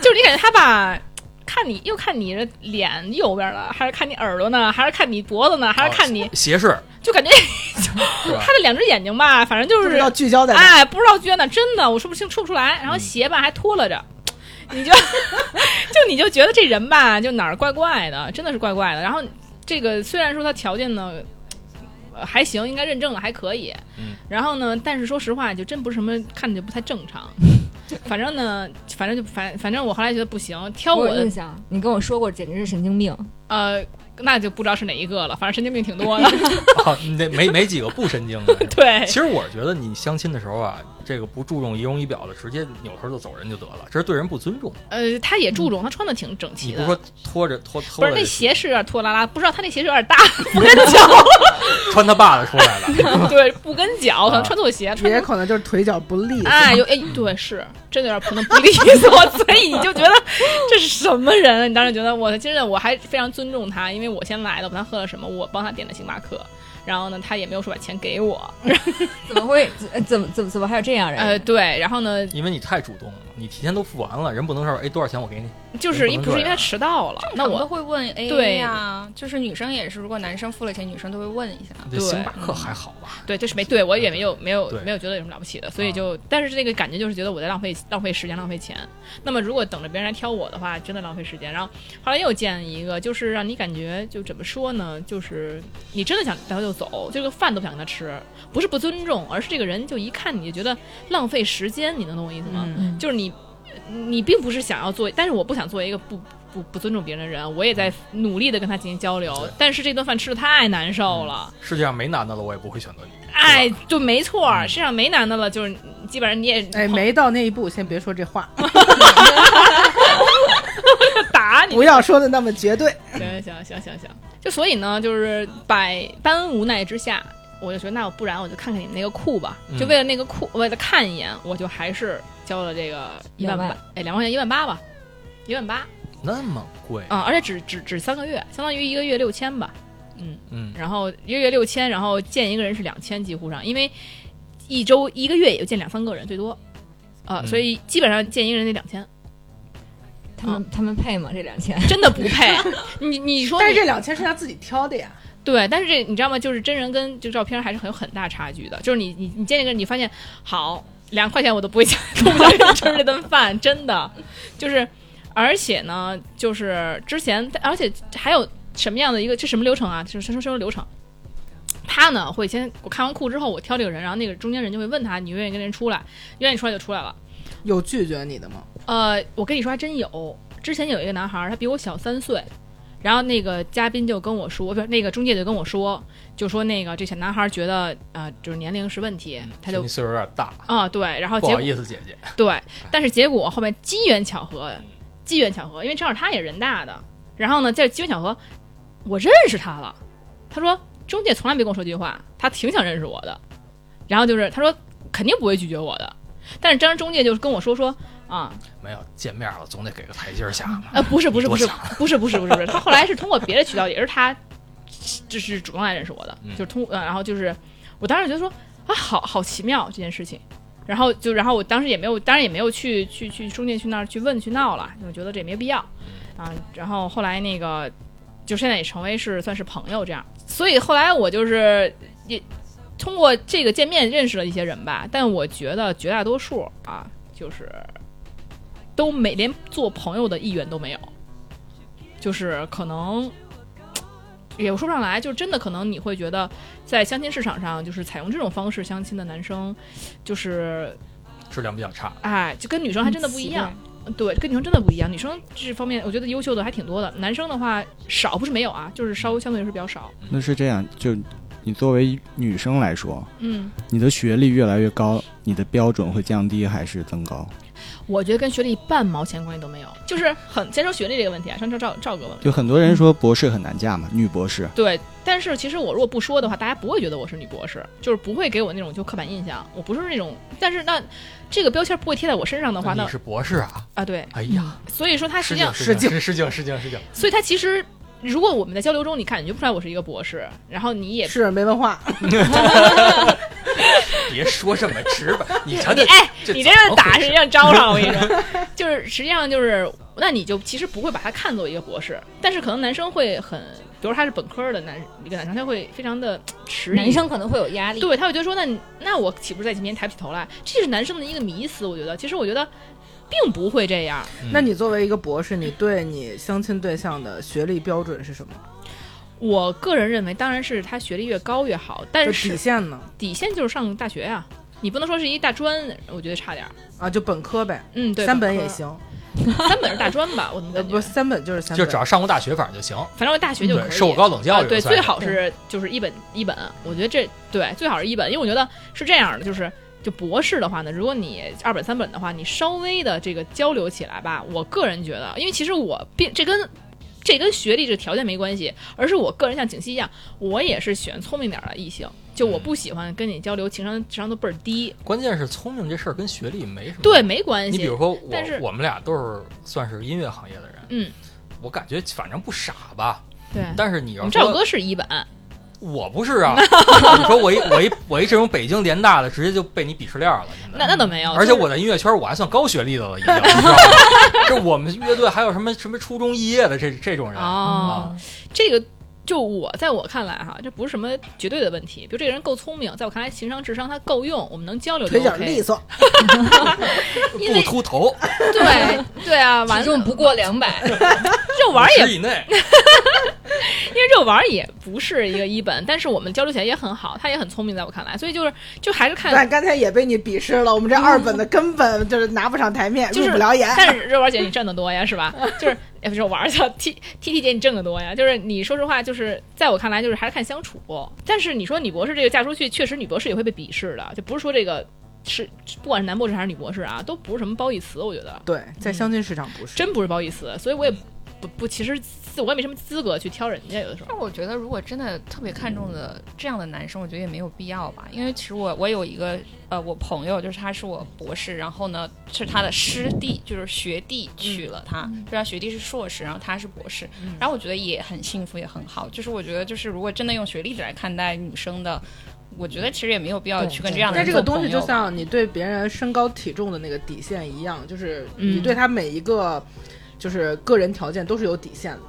Speaker 2: 就是你感觉他吧，看你又看你的脸右边了，还是看你耳朵呢，还是看你脖子呢，还是看 你，
Speaker 5: 斜视，
Speaker 2: 就感觉
Speaker 5: 是吧
Speaker 2: 他？的两只眼睛吧，反正就
Speaker 4: 不知
Speaker 2: 是
Speaker 4: 道聚焦在哪，
Speaker 2: 哎，不知道撅呢，真的，我说不清，说不出来。
Speaker 5: 嗯
Speaker 2: 然后鞋吧还脱了着，你就 就你就觉得这人吧，就哪儿怪怪的，真的是怪怪的。然后这个虽然说他条件呢。呃还行，应该认证了，还可以。
Speaker 5: 嗯
Speaker 2: 然后呢，但是说实话，就真不是什么看着就不太正 常。反正呢，反正就反反正我后来觉得不行，挑
Speaker 7: 我
Speaker 2: 我
Speaker 7: 有
Speaker 2: 的
Speaker 7: 印象，你跟我说过，简直是神经病。
Speaker 2: 呃，那就不知道是哪一个了，反正神经病挺多 的。
Speaker 5: 啊，那没没几个不神经的。
Speaker 2: 对
Speaker 5: 其，实我觉得你相亲的时候啊，这个不注重仪容仪表的，直接扭头就走人就得了，这是对人不尊重。
Speaker 2: 呃，他也注重，他穿的挺整
Speaker 5: 你
Speaker 2: 齐
Speaker 5: 不
Speaker 2: 的。
Speaker 5: 是说拖着拖
Speaker 2: 不
Speaker 5: 拖
Speaker 2: 是
Speaker 5: 着
Speaker 2: 那鞋是有点拖拉拉，不知道他那鞋是有点大，不跟
Speaker 5: 穿他爸的出来了，
Speaker 2: 脚，对，不跟脚，可能穿错鞋，穿
Speaker 4: 也可能就是腿脚不利。
Speaker 2: 哎，有哎，对，是真的有点不能不利索， 所以你就觉得这是什么人？啊你当时觉得我真的我还非常尊重他，因为我先来的，我问他喝了什么，我帮他点的星巴克。然后呢，他也没有说把钱给我，
Speaker 7: 怎么会？呃怎么怎么怎么还有这样人？
Speaker 2: 呃，对，然后呢，
Speaker 5: 因为你太主动了，你提前都付完了，人不能说哎多少钱我给你，
Speaker 2: 就是因不是因为他迟到了，那
Speaker 6: 都
Speaker 2: 我
Speaker 6: 会问 A
Speaker 2: 对
Speaker 6: A 呀，就是女生也是，如果男生付了钱，女生都会问一下。
Speaker 5: 这
Speaker 2: 对
Speaker 5: 星巴克还好吧？
Speaker 2: 对这是没对我也没有没有
Speaker 5: 对啊
Speaker 2: 没有觉得有什么了不起的，所以就但是这个感觉就是觉得我在浪费浪费时间浪费钱。那么如果等着别人来挑我的话，真的浪费时间。然后后来又见一个，就是让你感觉就怎么说呢，就是你真的想带他就走，这个饭都不想跟他吃，不是不尊重，而是这个人就一看你就觉得浪费时间，你能懂我意思吗？
Speaker 4: 嗯，
Speaker 2: 就是你你并不是想要做，但是我不想做一个不。不不尊重别人的人，我也在努力的跟他进行交流
Speaker 5: 对，嗯
Speaker 2: 但是这顿饭吃的太难受了。
Speaker 5: 世界上没男的了，我也不会选择你。
Speaker 2: 哎，就没错儿，世上没男的了，就是基本上你也
Speaker 4: 哎，没到那一步，先别说这话，
Speaker 2: 打你
Speaker 4: 不。要说的那么绝对。
Speaker 2: 行行行行行，就所以呢，就是百般无奈之下，我就觉得那我不然我就看看你们那个库吧，
Speaker 5: 嗯
Speaker 2: 就为了那个库，为了看一眼，我就还是交了这个一万
Speaker 7: 两
Speaker 2: 八
Speaker 7: 万，
Speaker 2: 哎，两万块钱一万八吧，一万八
Speaker 5: 那么贵，
Speaker 2: 啊，而且只只只三个月，相当于一个月六千吧，嗯，
Speaker 5: 嗯，
Speaker 2: 然后一个月六千，然后见一个人是两千，几乎上，因为一周一个月也就见两三个人最多，啊，
Speaker 5: 嗯
Speaker 2: 所以基本上见一个人得两千。
Speaker 7: 他们他们配吗？这两千？
Speaker 2: 真的不 配。你你说你
Speaker 4: 但是这两千是他自己挑的呀，
Speaker 2: 对，但是这你知道吗？就是真人跟这照片还是很有很大差距的。就是你你你见这个人，你发现好两块钱我都不会 想都不想 吃这顿饭，真的就是。而且呢，就是之前，而且还有什么样的一个这什么流程啊？就是什么什么流程？他呢会先我看完库之后，我挑这个人，然后那个中间人就会问他，你愿意跟人出来？愿意出来就出来了。
Speaker 4: 有拒绝你的吗？
Speaker 2: 呃，我跟你说还真有，之前有一个男孩儿，他比我小三岁，然后那个嘉宾就跟我说，不是那个中介就跟我说，就说那个这小男孩儿觉得呃就是年龄是问题，他
Speaker 5: 听
Speaker 2: 就
Speaker 5: 你岁数有点大，
Speaker 2: 啊、对，然后
Speaker 5: 嗯不
Speaker 2: 结
Speaker 5: 好
Speaker 2: 果
Speaker 5: 意思姐姐，
Speaker 2: 对，但是结果后面机缘巧合，机缘巧合，因为正好他也人大的，然后呢，在机缘巧合，我认识他了。他说中介从来没跟我说这句话，他挺想认识我的。然后就是他说肯定不会拒绝我的，但是当时中介就是跟我说说啊，
Speaker 5: 没有见面了，总得给个台阶下嘛。
Speaker 2: 呃，不是不是
Speaker 5: 你
Speaker 2: 不
Speaker 5: 多
Speaker 2: 是
Speaker 5: 想
Speaker 2: 不是不是不是不是，他后来是通过别的渠道，也是他就是主动来认识我的，
Speaker 5: 嗯
Speaker 2: 就是通、呃，然后就是我当时觉得说啊，好好奇妙这件事情。然后就，然后我当时也没有，当然也没有去去去中介去那儿去问去闹了，我觉得这也没必要
Speaker 5: 嗯
Speaker 2: 啊。然后后来那个，就现在也成为是算是朋友这样，所以后来我就是也通过这个见面认识了一些人吧，但我觉得绝大多数啊，就是都没连做朋友的意愿都没有，就是可能也说不上来，就真的可能你会觉得在相亲市场上，就是采用这种方式相亲的男生，就是
Speaker 5: 质量比较差，
Speaker 2: 哎，就跟女生还真的不一样。对，跟女生真的不一样。女生这方面，我觉得优秀的还挺多的。男生的话少不是没有啊，就是稍微相对来说比较少。
Speaker 3: 那是这样，就你作为女生来说，
Speaker 2: 嗯，
Speaker 3: 你的学历越来越高，你的标准会降低还是增高？
Speaker 2: 我觉得跟学历半毛钱关系都没有。就是很先说学历这个问题啊，上赵赵赵哥问。
Speaker 3: 就很多人说博士很难嫁嘛，女博士，
Speaker 2: 对，但是其实我如果不说的话，大家不会觉得我是女博士，就是不会给我那种就刻板印象，我不是那种。但是那这个标签不会贴在我身上的话，
Speaker 5: 那
Speaker 2: 那
Speaker 5: 你是博士啊？
Speaker 2: 啊对，
Speaker 5: 哎呀，
Speaker 2: 所以说嗯他实际上，
Speaker 5: 失敬失敬失敬失敬，
Speaker 2: 所以他其实如果我们在交流中你感觉不出来我是一个博士，然后你也
Speaker 4: 是没文化，
Speaker 5: 别说这么直白，你瞧
Speaker 2: 你
Speaker 5: 这
Speaker 2: 哎，
Speaker 5: 这
Speaker 2: 你
Speaker 5: 怎
Speaker 2: 这个
Speaker 5: 么
Speaker 2: 打
Speaker 5: 回
Speaker 2: 实
Speaker 5: 事
Speaker 2: 际上 招上，我跟你说，就是实际上就是，那你就其实不会把他看作一个博士，但是可能男生会很，比如他是本科的男一个男生，他会非常的迟疑，
Speaker 7: 男生可能会有压
Speaker 4: 哎
Speaker 7: 力。
Speaker 2: 对，他会觉得说，那你那我岂不是在你面前抬不起头来？这是男生的一个迷思，我觉得，其实我觉得并不会这样。
Speaker 5: 嗯
Speaker 4: 那你作为一个博士，你对你相亲对象的学历标准是什么？
Speaker 2: 我个人认为，当然是他学历越高越好，但
Speaker 4: 就是底线呢？
Speaker 2: 底线就是上大学啊呀、你不能说是一大专，我觉得差点儿。
Speaker 4: 啊，就本科呗，
Speaker 2: 嗯，对，
Speaker 4: 三
Speaker 2: 本
Speaker 4: 本也
Speaker 2: 科。
Speaker 4: 行。
Speaker 2: 三本是大专吧？我怎么
Speaker 4: 呃，
Speaker 2: 感
Speaker 4: 不，
Speaker 2: 觉？
Speaker 4: 三本就是三
Speaker 5: 就
Speaker 4: 本，
Speaker 5: 只要上过大学，反正就行。
Speaker 2: 反正我大学就可
Speaker 5: 对，
Speaker 2: 以
Speaker 5: 受嗯过高等教
Speaker 2: 啊，
Speaker 5: 育，
Speaker 2: 对，
Speaker 5: 算
Speaker 2: 最
Speaker 5: 是
Speaker 2: 好是就是一本一本，啊我觉得这对最好是一本，因为我觉得是这样的，就是就博士的话呢，如果你二本三本的话，你稍微的这个交流起来吧，我个人觉得，因为其实我并这跟。这跟学历这个条件没关系，而是我个人像景熙一样，我也是喜欢聪明点儿的异性。就
Speaker 5: 嗯
Speaker 2: 我不喜欢跟你交流，情商智商都倍儿低。
Speaker 5: 关键是聪明这事儿跟学历没什么。
Speaker 2: 对，，没关
Speaker 5: 你比
Speaker 2: 系
Speaker 5: 如。说我
Speaker 2: 但是，
Speaker 5: 我们俩都是算是音乐行业的人，
Speaker 2: 嗯，
Speaker 5: 我感觉反正不傻吧。
Speaker 2: 对，
Speaker 5: 但是你
Speaker 2: 我
Speaker 5: 要
Speaker 2: 们赵
Speaker 5: 说
Speaker 2: 哥是一本，
Speaker 5: 我不是 啊，你说我一我一我一这种北京联大的，直接就被你鄙视链了。现在
Speaker 2: 那那倒没有。
Speaker 5: 而且
Speaker 2: 就是
Speaker 5: 我在音乐圈我还算高学历的了，已经。你知道吗 这我们乐队还有什么什么初中毕业的这这种人
Speaker 2: 哦
Speaker 5: 啊，，
Speaker 2: 这个就我在我看来哈，这不是什么绝对的问题。比如这个人够聪明，在我看来情商智商他够用，我们能交流就
Speaker 4: 腿脚
Speaker 2: OK
Speaker 4: 利。索，
Speaker 2: 因
Speaker 5: 不
Speaker 2: 为
Speaker 5: 秃头，
Speaker 2: 对对啊，完
Speaker 7: 体重
Speaker 2: 了
Speaker 7: 不过两百，
Speaker 2: 肉丸儿也
Speaker 5: 十以内。
Speaker 2: 因为肉丸儿也不是一个一本，但是我们交流起来也很好，他也很聪明，在我看来，所以就是就还是看
Speaker 4: 但哎刚才也被你鄙视了。我们这二本的根本就是拿不上台面，
Speaker 2: 就是
Speaker 4: 哎入不了眼。
Speaker 2: 但是肉丸姐你挣得多呀，是吧？就是哎不是玩儿去，T T T 姐你挣得多呀。就是你说实话，就是在我看来，就是还是看相处。但是你说女博士这个嫁出去，确实女博士也会被鄙视的，就不是说这个是不管是男博士还是女博士啊，都不是什么褒义词，我觉得
Speaker 4: 对，在相亲市场不是，
Speaker 2: 嗯真不是褒义词。所以我也不不，其实自我也没什么资格去挑人家，有的时候
Speaker 6: 但我觉得，如果真的特别看重的这样的男生，我觉得也没有必要吧。因为其实我我有一个呃，我朋友就是他是我博士，然后呢是他的师弟，就是学弟娶了他，
Speaker 2: 嗯
Speaker 6: 就是他学弟是硕士，然后他是博士，然后我觉得也很幸福，也很好。就是我觉得，就是如果真的用学历来看待女生的，我觉得其实也没有必要去跟这样
Speaker 5: 嗯
Speaker 6: 的
Speaker 4: 但
Speaker 6: 人
Speaker 4: 这个
Speaker 6: 做
Speaker 4: 东西
Speaker 6: 朋
Speaker 4: 就
Speaker 6: 友吧。
Speaker 4: 像你对别人身高体重的那个底线一样，就是你
Speaker 2: 嗯
Speaker 4: 对他每一个就是个人条件都是有底线的。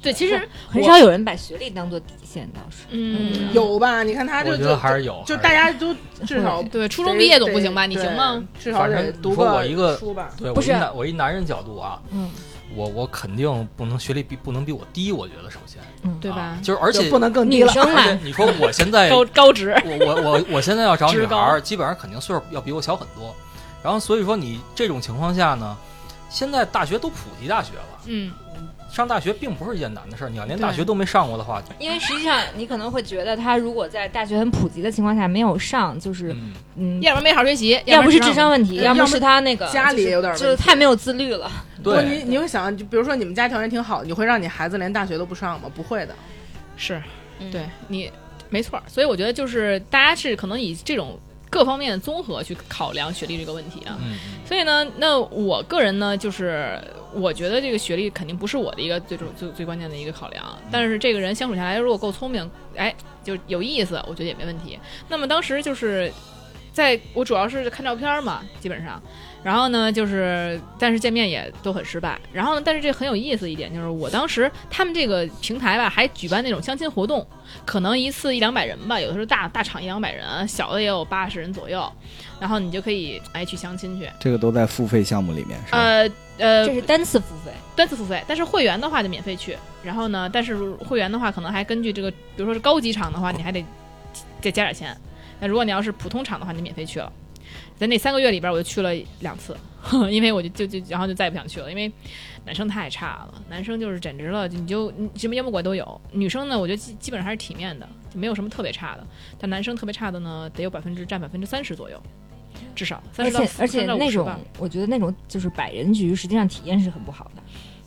Speaker 2: 对，其实
Speaker 7: 很少有人把学历当做底线，倒是。
Speaker 2: 嗯
Speaker 4: 有吧？你看他
Speaker 5: 我
Speaker 4: 就
Speaker 5: 觉得
Speaker 4: 就
Speaker 5: 还是有，
Speaker 4: 就
Speaker 5: 还是
Speaker 4: 大
Speaker 5: 有。
Speaker 4: 家都 至少
Speaker 2: 对初中毕业总不行吧？你行吗？？
Speaker 4: 至少
Speaker 5: 反
Speaker 4: 得
Speaker 5: 正
Speaker 4: 读
Speaker 5: 你说我一个
Speaker 4: 书吧。
Speaker 5: 对，我
Speaker 7: 不
Speaker 5: 一
Speaker 7: 是
Speaker 5: 男我一男人角度啊，
Speaker 7: 嗯
Speaker 5: 我我肯定不能学历比不能比我低，我觉得首先，
Speaker 7: 嗯，
Speaker 2: 对吧
Speaker 5: 啊？就是而且
Speaker 4: 就不能更低
Speaker 7: 女
Speaker 4: 了，
Speaker 7: 生嘛
Speaker 5: 而，且你说我现在
Speaker 2: 高
Speaker 5: 我
Speaker 2: 高职，
Speaker 5: 我我我现在要找女
Speaker 2: 职
Speaker 5: 孩
Speaker 2: 高
Speaker 5: 儿，基本上肯定岁数要比我小很多，然后所以说你这种情况下呢，现在大学都普及大学了，
Speaker 2: 嗯，
Speaker 5: 上大学并不是一件难的事儿，你要连
Speaker 2: 对
Speaker 5: 大学都没上过的话，
Speaker 7: 因为实际上你可能会觉得他如果在大学很普及的情况下没有上，就是
Speaker 5: 嗯，
Speaker 7: 嗯，
Speaker 2: 要不然没好学习，
Speaker 7: 要
Speaker 2: 不
Speaker 7: 不
Speaker 2: 然
Speaker 7: 是智商问题，
Speaker 4: 对
Speaker 7: 要
Speaker 4: 要
Speaker 7: 么
Speaker 4: 么
Speaker 7: 是他那个
Speaker 4: 家里
Speaker 7: 就是
Speaker 4: 有点问题
Speaker 7: 就是太没有自律了。
Speaker 4: 不，
Speaker 5: 对，
Speaker 4: 你你会想，就比如说你们家条件挺好，你会让你孩子连大学都不上吗？不会的，
Speaker 2: 是
Speaker 6: 嗯
Speaker 2: 对你没错儿，所以我觉得就是大家是可能以这种各方面的综合去考量学历这个问题啊。
Speaker 5: 嗯，
Speaker 2: 所以呢，那我个人呢，就是我觉得这个学历肯定不是我的一个最重最最关键的一个考量，但是这个人相处下来，如果够聪明，哎，就有意思，我觉得也没问题。那么当时就是在我主要是看照片嘛，基本上。然后呢，就是但是见面也都很失败。然后呢，但是这很有意思一点就是，我当时他们这个平台吧，还举办那种相亲活动，可能一次一两百人吧，有的时候大大厂一两百人，小的也有八十人左右。然后你就可以哎去相亲去，
Speaker 3: 这个都在付费项目里面，是吧？
Speaker 2: 呃呃
Speaker 7: 这，是单次付费，
Speaker 2: 单次付费，但是会员的话就免费去。然后呢，但是会员的话，可能还根据这个，比如说是高级场的话，你还
Speaker 7: 哦
Speaker 2: 得再加点钱。那如果你要是普通场的话，你免费去了。在那三个月里边，我就去了两次， 因为我就就就然后就再也不想去了，因为男生太差了，男生就是简直了，你就你什么妖魔鬼都有。女生呢，我觉得基基本上还是体面的，就没有什么特别差的。但男生特别差的呢，得有百分之占百分之三十左右，至少三
Speaker 7: 而
Speaker 2: 十到
Speaker 7: 且而且那
Speaker 2: 30到50
Speaker 7: 种
Speaker 2: 吧，
Speaker 7: 我觉得那种就是百人局，实际上体验是很不好的。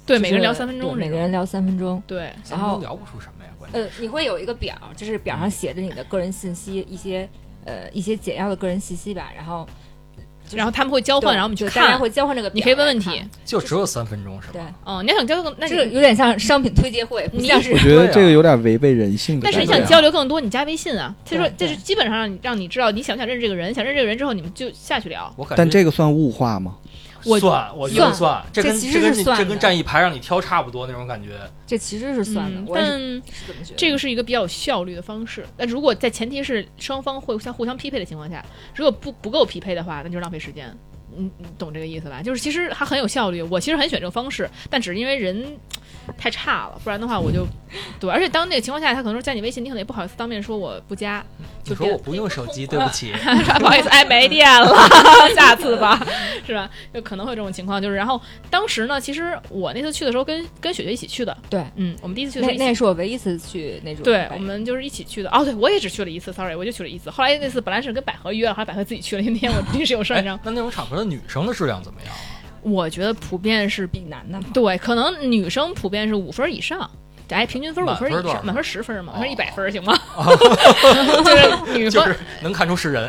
Speaker 2: 对
Speaker 7: 就是
Speaker 2: 每个人聊三分
Speaker 7: 对
Speaker 2: 钟，
Speaker 7: 每个人聊三分钟。
Speaker 2: 对
Speaker 7: 然后
Speaker 5: 聊不出什么呀，关键
Speaker 7: 呃，你会有一个表，就是表上写着你的个人信息，一些呃一些简要的个人信息吧，然后就是
Speaker 2: 然后他们会交
Speaker 7: 对
Speaker 2: 换，然后我们去
Speaker 7: 就
Speaker 2: 看，
Speaker 7: 大家会交换这个表
Speaker 2: 你
Speaker 7: 来看。
Speaker 2: 可以问问题。
Speaker 5: 就只有三分钟是吧？
Speaker 7: 对，
Speaker 2: 嗯，你要想交流更，那
Speaker 7: 这个
Speaker 2: 你
Speaker 7: 有点像商品推介会，不
Speaker 2: 你嗯
Speaker 7: 像是
Speaker 3: 我觉得这个有点违背人性的
Speaker 2: 啊但是
Speaker 3: 感
Speaker 2: 你
Speaker 3: 觉啊。
Speaker 2: 想交流更多，你加微信啊。他说这
Speaker 7: 对
Speaker 2: 是基本上让你让你知道你想不想认识这个人，想认识这个人之后，你们就下去聊。
Speaker 5: 我感觉
Speaker 3: 但这个算物化吗？
Speaker 2: 我
Speaker 5: 算，我觉得
Speaker 7: 算
Speaker 5: 算，这
Speaker 7: 这
Speaker 5: 跟
Speaker 7: 其
Speaker 5: 这
Speaker 7: 实
Speaker 5: 跟
Speaker 7: 是
Speaker 5: 你
Speaker 7: 算
Speaker 5: 这跟
Speaker 7: 的
Speaker 5: 站一排让你挑差不多那种感觉。
Speaker 7: 这其实是算的，
Speaker 2: 嗯，
Speaker 7: 我也是
Speaker 2: 但
Speaker 7: 是怎么觉得？
Speaker 2: 这个是一个比较有效率的方式。那如果在前提是双方会相互相匹配的情况下，如果不不够匹配的话，那就是浪费时间。你你懂这个意思吧？就是其实还很有效率。我其实很喜欢这种方式，但只是因为人太差了，不然的话我就对。而且当那个情况下，他可能说加你微信，你可能也不好意思当面说我不加，
Speaker 5: 你
Speaker 2: 就
Speaker 5: 说
Speaker 2: 变
Speaker 5: 我不用手 机，对不起，
Speaker 2: 啊不好意 思，哎，没电了，下次吧， 是吧？就可能会有这种情况，就是然后当时呢，其实我那次去的时候跟跟雪雪一起去的，
Speaker 7: 对，
Speaker 2: 嗯，我们第一次去的时候一
Speaker 7: 那那
Speaker 2: 起。
Speaker 7: 是我唯一一次去那种百
Speaker 2: 对
Speaker 7: 货。，
Speaker 2: 我们就是一起去的。哦，对，我也只去了一次，sorry，我就去了一次。后来那次本来是跟百合约了，后来百合自己去了，因为那天我临时有事儿，
Speaker 5: 哎，
Speaker 2: 你知道
Speaker 5: 那
Speaker 2: 吗？
Speaker 5: 那种场合的女生的质量怎么样啊？
Speaker 2: 哎我觉得普遍是
Speaker 7: 比男的好。
Speaker 2: 对，可能女生普遍是五分以上。哎，平均分五
Speaker 5: 满
Speaker 2: 分
Speaker 5: 分
Speaker 2: 以
Speaker 5: 多少
Speaker 2: 上，满分十分嘛，满分
Speaker 5: 哦
Speaker 2: 一百分 行吗？ 就是女
Speaker 5: 就
Speaker 2: 生
Speaker 5: 是能看出是人，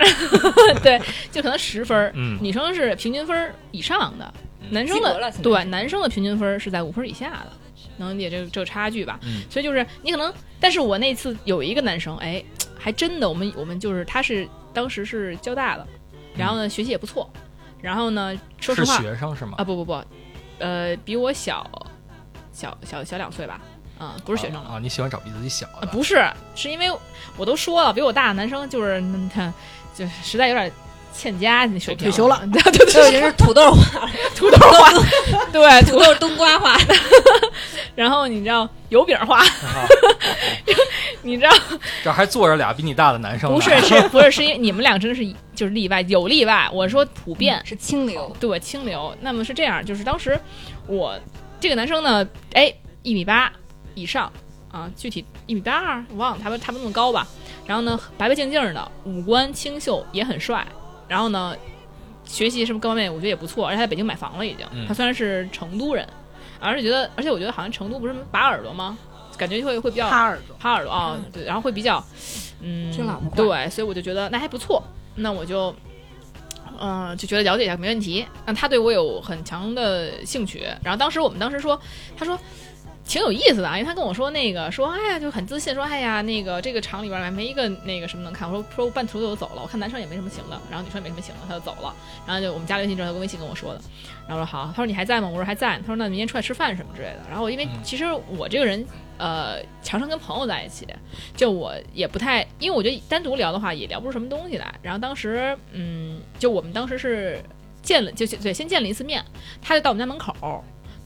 Speaker 2: 对，就可能十分，
Speaker 5: 嗯
Speaker 2: 女生是平均分以上的，
Speaker 5: 嗯
Speaker 2: 男生
Speaker 7: 及格了
Speaker 2: 的
Speaker 7: 现在
Speaker 2: 对男生的平均分是在五分以下的，能理解这个这个差距吧？
Speaker 5: 嗯
Speaker 2: 所以就是你可能，但是我那次有一个男生，哎，还真的，我们我们就是他是当时是交大的，然后呢学习也不错，然后呢 说实
Speaker 5: 嗯是
Speaker 2: 话
Speaker 5: 学生是吗
Speaker 2: 啊？不不不，呃比我小小小小两岁吧，嗯不是学生了。
Speaker 5: 啊，你喜欢找比自己小
Speaker 2: 啊，
Speaker 5: 的？
Speaker 2: 不是，是因为我都说了，比我大的男生就是，嗯他就实在有点欠佳，你水平
Speaker 4: 退休了
Speaker 2: 对对
Speaker 6: 对，
Speaker 2: 对，
Speaker 6: 就是土豆花，
Speaker 2: 土豆花， 对土
Speaker 6: 土
Speaker 2: 豆，
Speaker 6: 豆冬瓜花，
Speaker 2: 然后你知道油饼花，
Speaker 5: 啊
Speaker 2: 你知道
Speaker 5: 这还坐着俩比你大的男生呢，
Speaker 2: 不是是不是是因为你们俩真的是就是例外，有例外，我说普遍，
Speaker 7: 是清流，
Speaker 2: 对清流。那么是这样，就是当时我这个男生呢，哎，一米八以上啊，具体一米八二，我忘了，差不多差不多那么高吧。然后呢，白白净净的，五官清秀，也很帅。然后呢，学习什么各方面我觉得也不错，而且他在北京买房了已经。
Speaker 5: 嗯
Speaker 2: 他虽然是成都人，而且觉得，而且我觉得好像成都不是拔耳朵吗？感觉会会比较
Speaker 4: 耙耳朵。
Speaker 2: 耙耳朵啊，对，然后会比较，嗯，
Speaker 7: 听老婆话
Speaker 2: 对，所以我就觉得那还不错，那我就，嗯、就觉得了解一下没问题。那他对我有很强的兴趣，然后当时我们当时说，他说。挺有意思的啊，因为他跟我说那个说，哎呀，就很自信说，哎呀，那个这个厂里边儿没一个那个什么能看。我说说我半途就走了，我看男生也没什么行的，然后女生也没什么行的，他就走了。然后就我们加了微信之后，他跟微信跟我说的，然后我说好，他说你还在吗？我说还在。他说那明天出来吃饭什么之类的。然后因为
Speaker 5: 嗯
Speaker 2: 其实我这个人呃，常常跟朋友在一起，就我也不太，因为我觉得单独聊的话也聊不出什么东西来。然后当时，嗯，就我们当时是见了，就就对，先见了一次面，他就到我们家门口，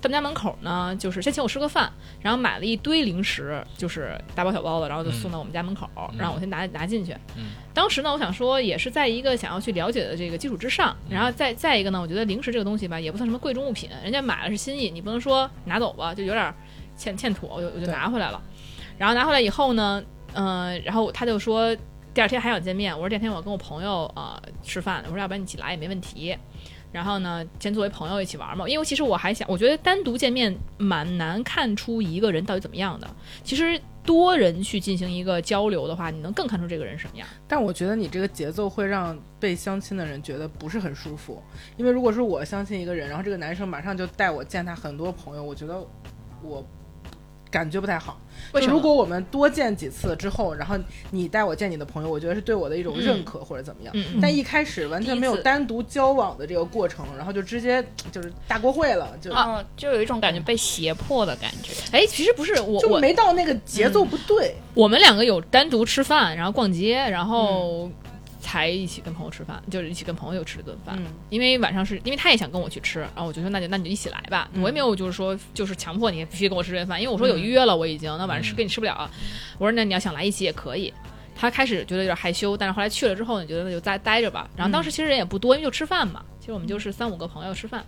Speaker 2: 到我们家门口呢，就是先请我吃个饭，然后买了一堆零食，就是大包小包的，然后就送到我们家门口，
Speaker 5: 嗯
Speaker 2: 让我先拿拿进去。
Speaker 5: 嗯
Speaker 2: 当时呢，我想说也是在一个想要去了解的这个基础之上，
Speaker 5: 嗯
Speaker 2: 然后再再一个呢，我觉得零食这个东西吧，也不算什么贵重物品，人家买了是心意，你不能说拿走吧，就有点欠欠妥，我就我就
Speaker 4: 对
Speaker 2: 拿回来了。然后拿回来以后呢，嗯、然后他就说第二天还想见面，我说第二天我跟我朋友啊、呃吃饭，我说要不然你一起来也没问题。然后呢，先作为朋友一起玩嘛，因为其实我还想，我觉得单独见面蛮难看出一个人到底怎么样的。其实多人去进行一个交流的话，你能更看出这个人什么样。
Speaker 4: 但我觉得你这个节奏会让被相亲的人觉得不是很舒服，因为如果是我相亲一个人，然后这个男生马上就带我见他很多朋友，我觉得我感觉不太好。
Speaker 2: 为什
Speaker 4: 就
Speaker 2: 么
Speaker 4: 如果我们多见几次之后，然后你带我见你的朋友，我觉得是对我的一种
Speaker 2: 嗯
Speaker 4: 认可或者怎么样。
Speaker 2: 嗯，
Speaker 4: 但一开始完全没有
Speaker 6: 第一次
Speaker 4: 单独交往的这个过程，然后就直接就是大锅会了，就、
Speaker 6: 嗯，就有一种感觉被胁迫的感觉。
Speaker 2: 哎，其实不是我
Speaker 4: 就
Speaker 2: 我
Speaker 4: 没到那个节奏不对。
Speaker 2: 我们两个有单独吃饭，然后逛街，然后才一起跟朋友吃饭，就是一起跟朋友吃了顿饭。
Speaker 4: 嗯
Speaker 2: 因为晚上是因为他也想跟我去吃，然后我就说那就那你就一起来吧，
Speaker 4: 嗯
Speaker 2: 我也没有就是说就是强迫你必须跟我吃这顿饭，因为我说有约了我已经，那晚上吃跟你吃不了啊，我说那你要想来一起也可以。他开始觉得有点害羞，但是后来去了之后呢，觉得那就在待着吧。然后当时其实人也不多，因为就吃饭嘛，其实我们就是三五个朋友吃饭，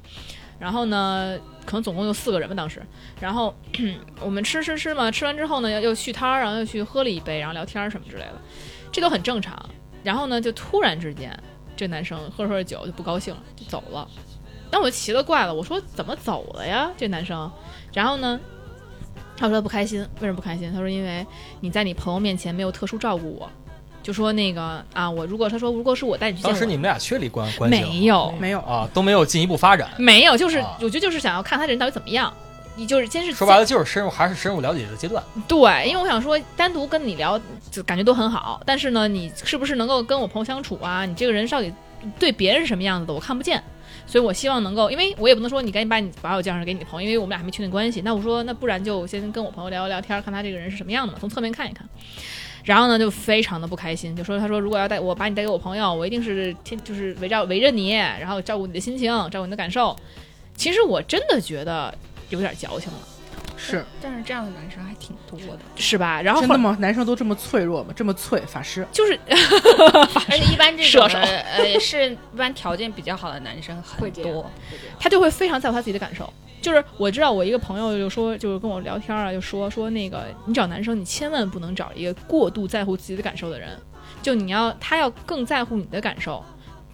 Speaker 2: 然后呢，可能总共就四个人吧当时，然后 我们吃吃吃嘛，吃完之后呢又又续摊儿，然后又去喝了一杯，然后聊天儿什么之类的，这都很正常。然后呢，就突然之间，这男生喝着喝着酒就不高兴了，就走了。那我就奇了怪了，我说怎么走了呀？这男生，然后呢，他说他不开心，为什么不开心？他说因为你在你朋友面前没有特殊照顾我，就说那个啊，我如果他说如果是我带你去见
Speaker 5: 当时
Speaker 2: 我，
Speaker 5: 你们俩确立关关系了吗
Speaker 2: 没有
Speaker 4: 哦没有，
Speaker 5: 啊，都没有进一步发展。
Speaker 2: 没有，就是、
Speaker 5: 啊
Speaker 2: 我觉得就是想要看他这人到底怎么样。你就是先是
Speaker 5: 说白了就是深入，还是深入了解的阶段。
Speaker 2: 对，因为我想说，单独跟你聊，就感觉都很好。但是呢，你是不是能够跟我朋友相处啊？你这个人到底对别人是什么样子的，我看不见。所以我希望能够，因为我也不能说你赶紧把你把我介绍给你的朋友，因为我们俩还没确定关系。那我说，那不然就先跟我朋友聊一聊天，看他这个人是什么样的嘛，从侧面看一看。然后呢，就非常的不开心，就说他说如果要带我把你带给我朋友，我一定是天就是围绕围着你，然后照顾你的心情，照顾你的感受。其实我真的觉得有点矫情了。
Speaker 4: 是
Speaker 6: 但是这样的男生还挺多的，
Speaker 2: 是吧？然后
Speaker 4: 真
Speaker 2: 后
Speaker 4: 的
Speaker 2: 来
Speaker 4: 吗？男生都这么脆弱吗？这么脆，法师
Speaker 2: 就是
Speaker 6: 而且一般这
Speaker 2: 射
Speaker 6: 种
Speaker 2: 手
Speaker 6: 的呃也是一般条件比较好的男生
Speaker 7: 会
Speaker 6: 很
Speaker 7: 这样
Speaker 6: 多，
Speaker 2: 他就会非常在乎他自己的感受。就是我知道我一个朋友就说，就是跟我聊天啊，就说说那个你找男生，你千万不能找一个过度在乎自己的感受的人，就你要他要更在乎你的感受，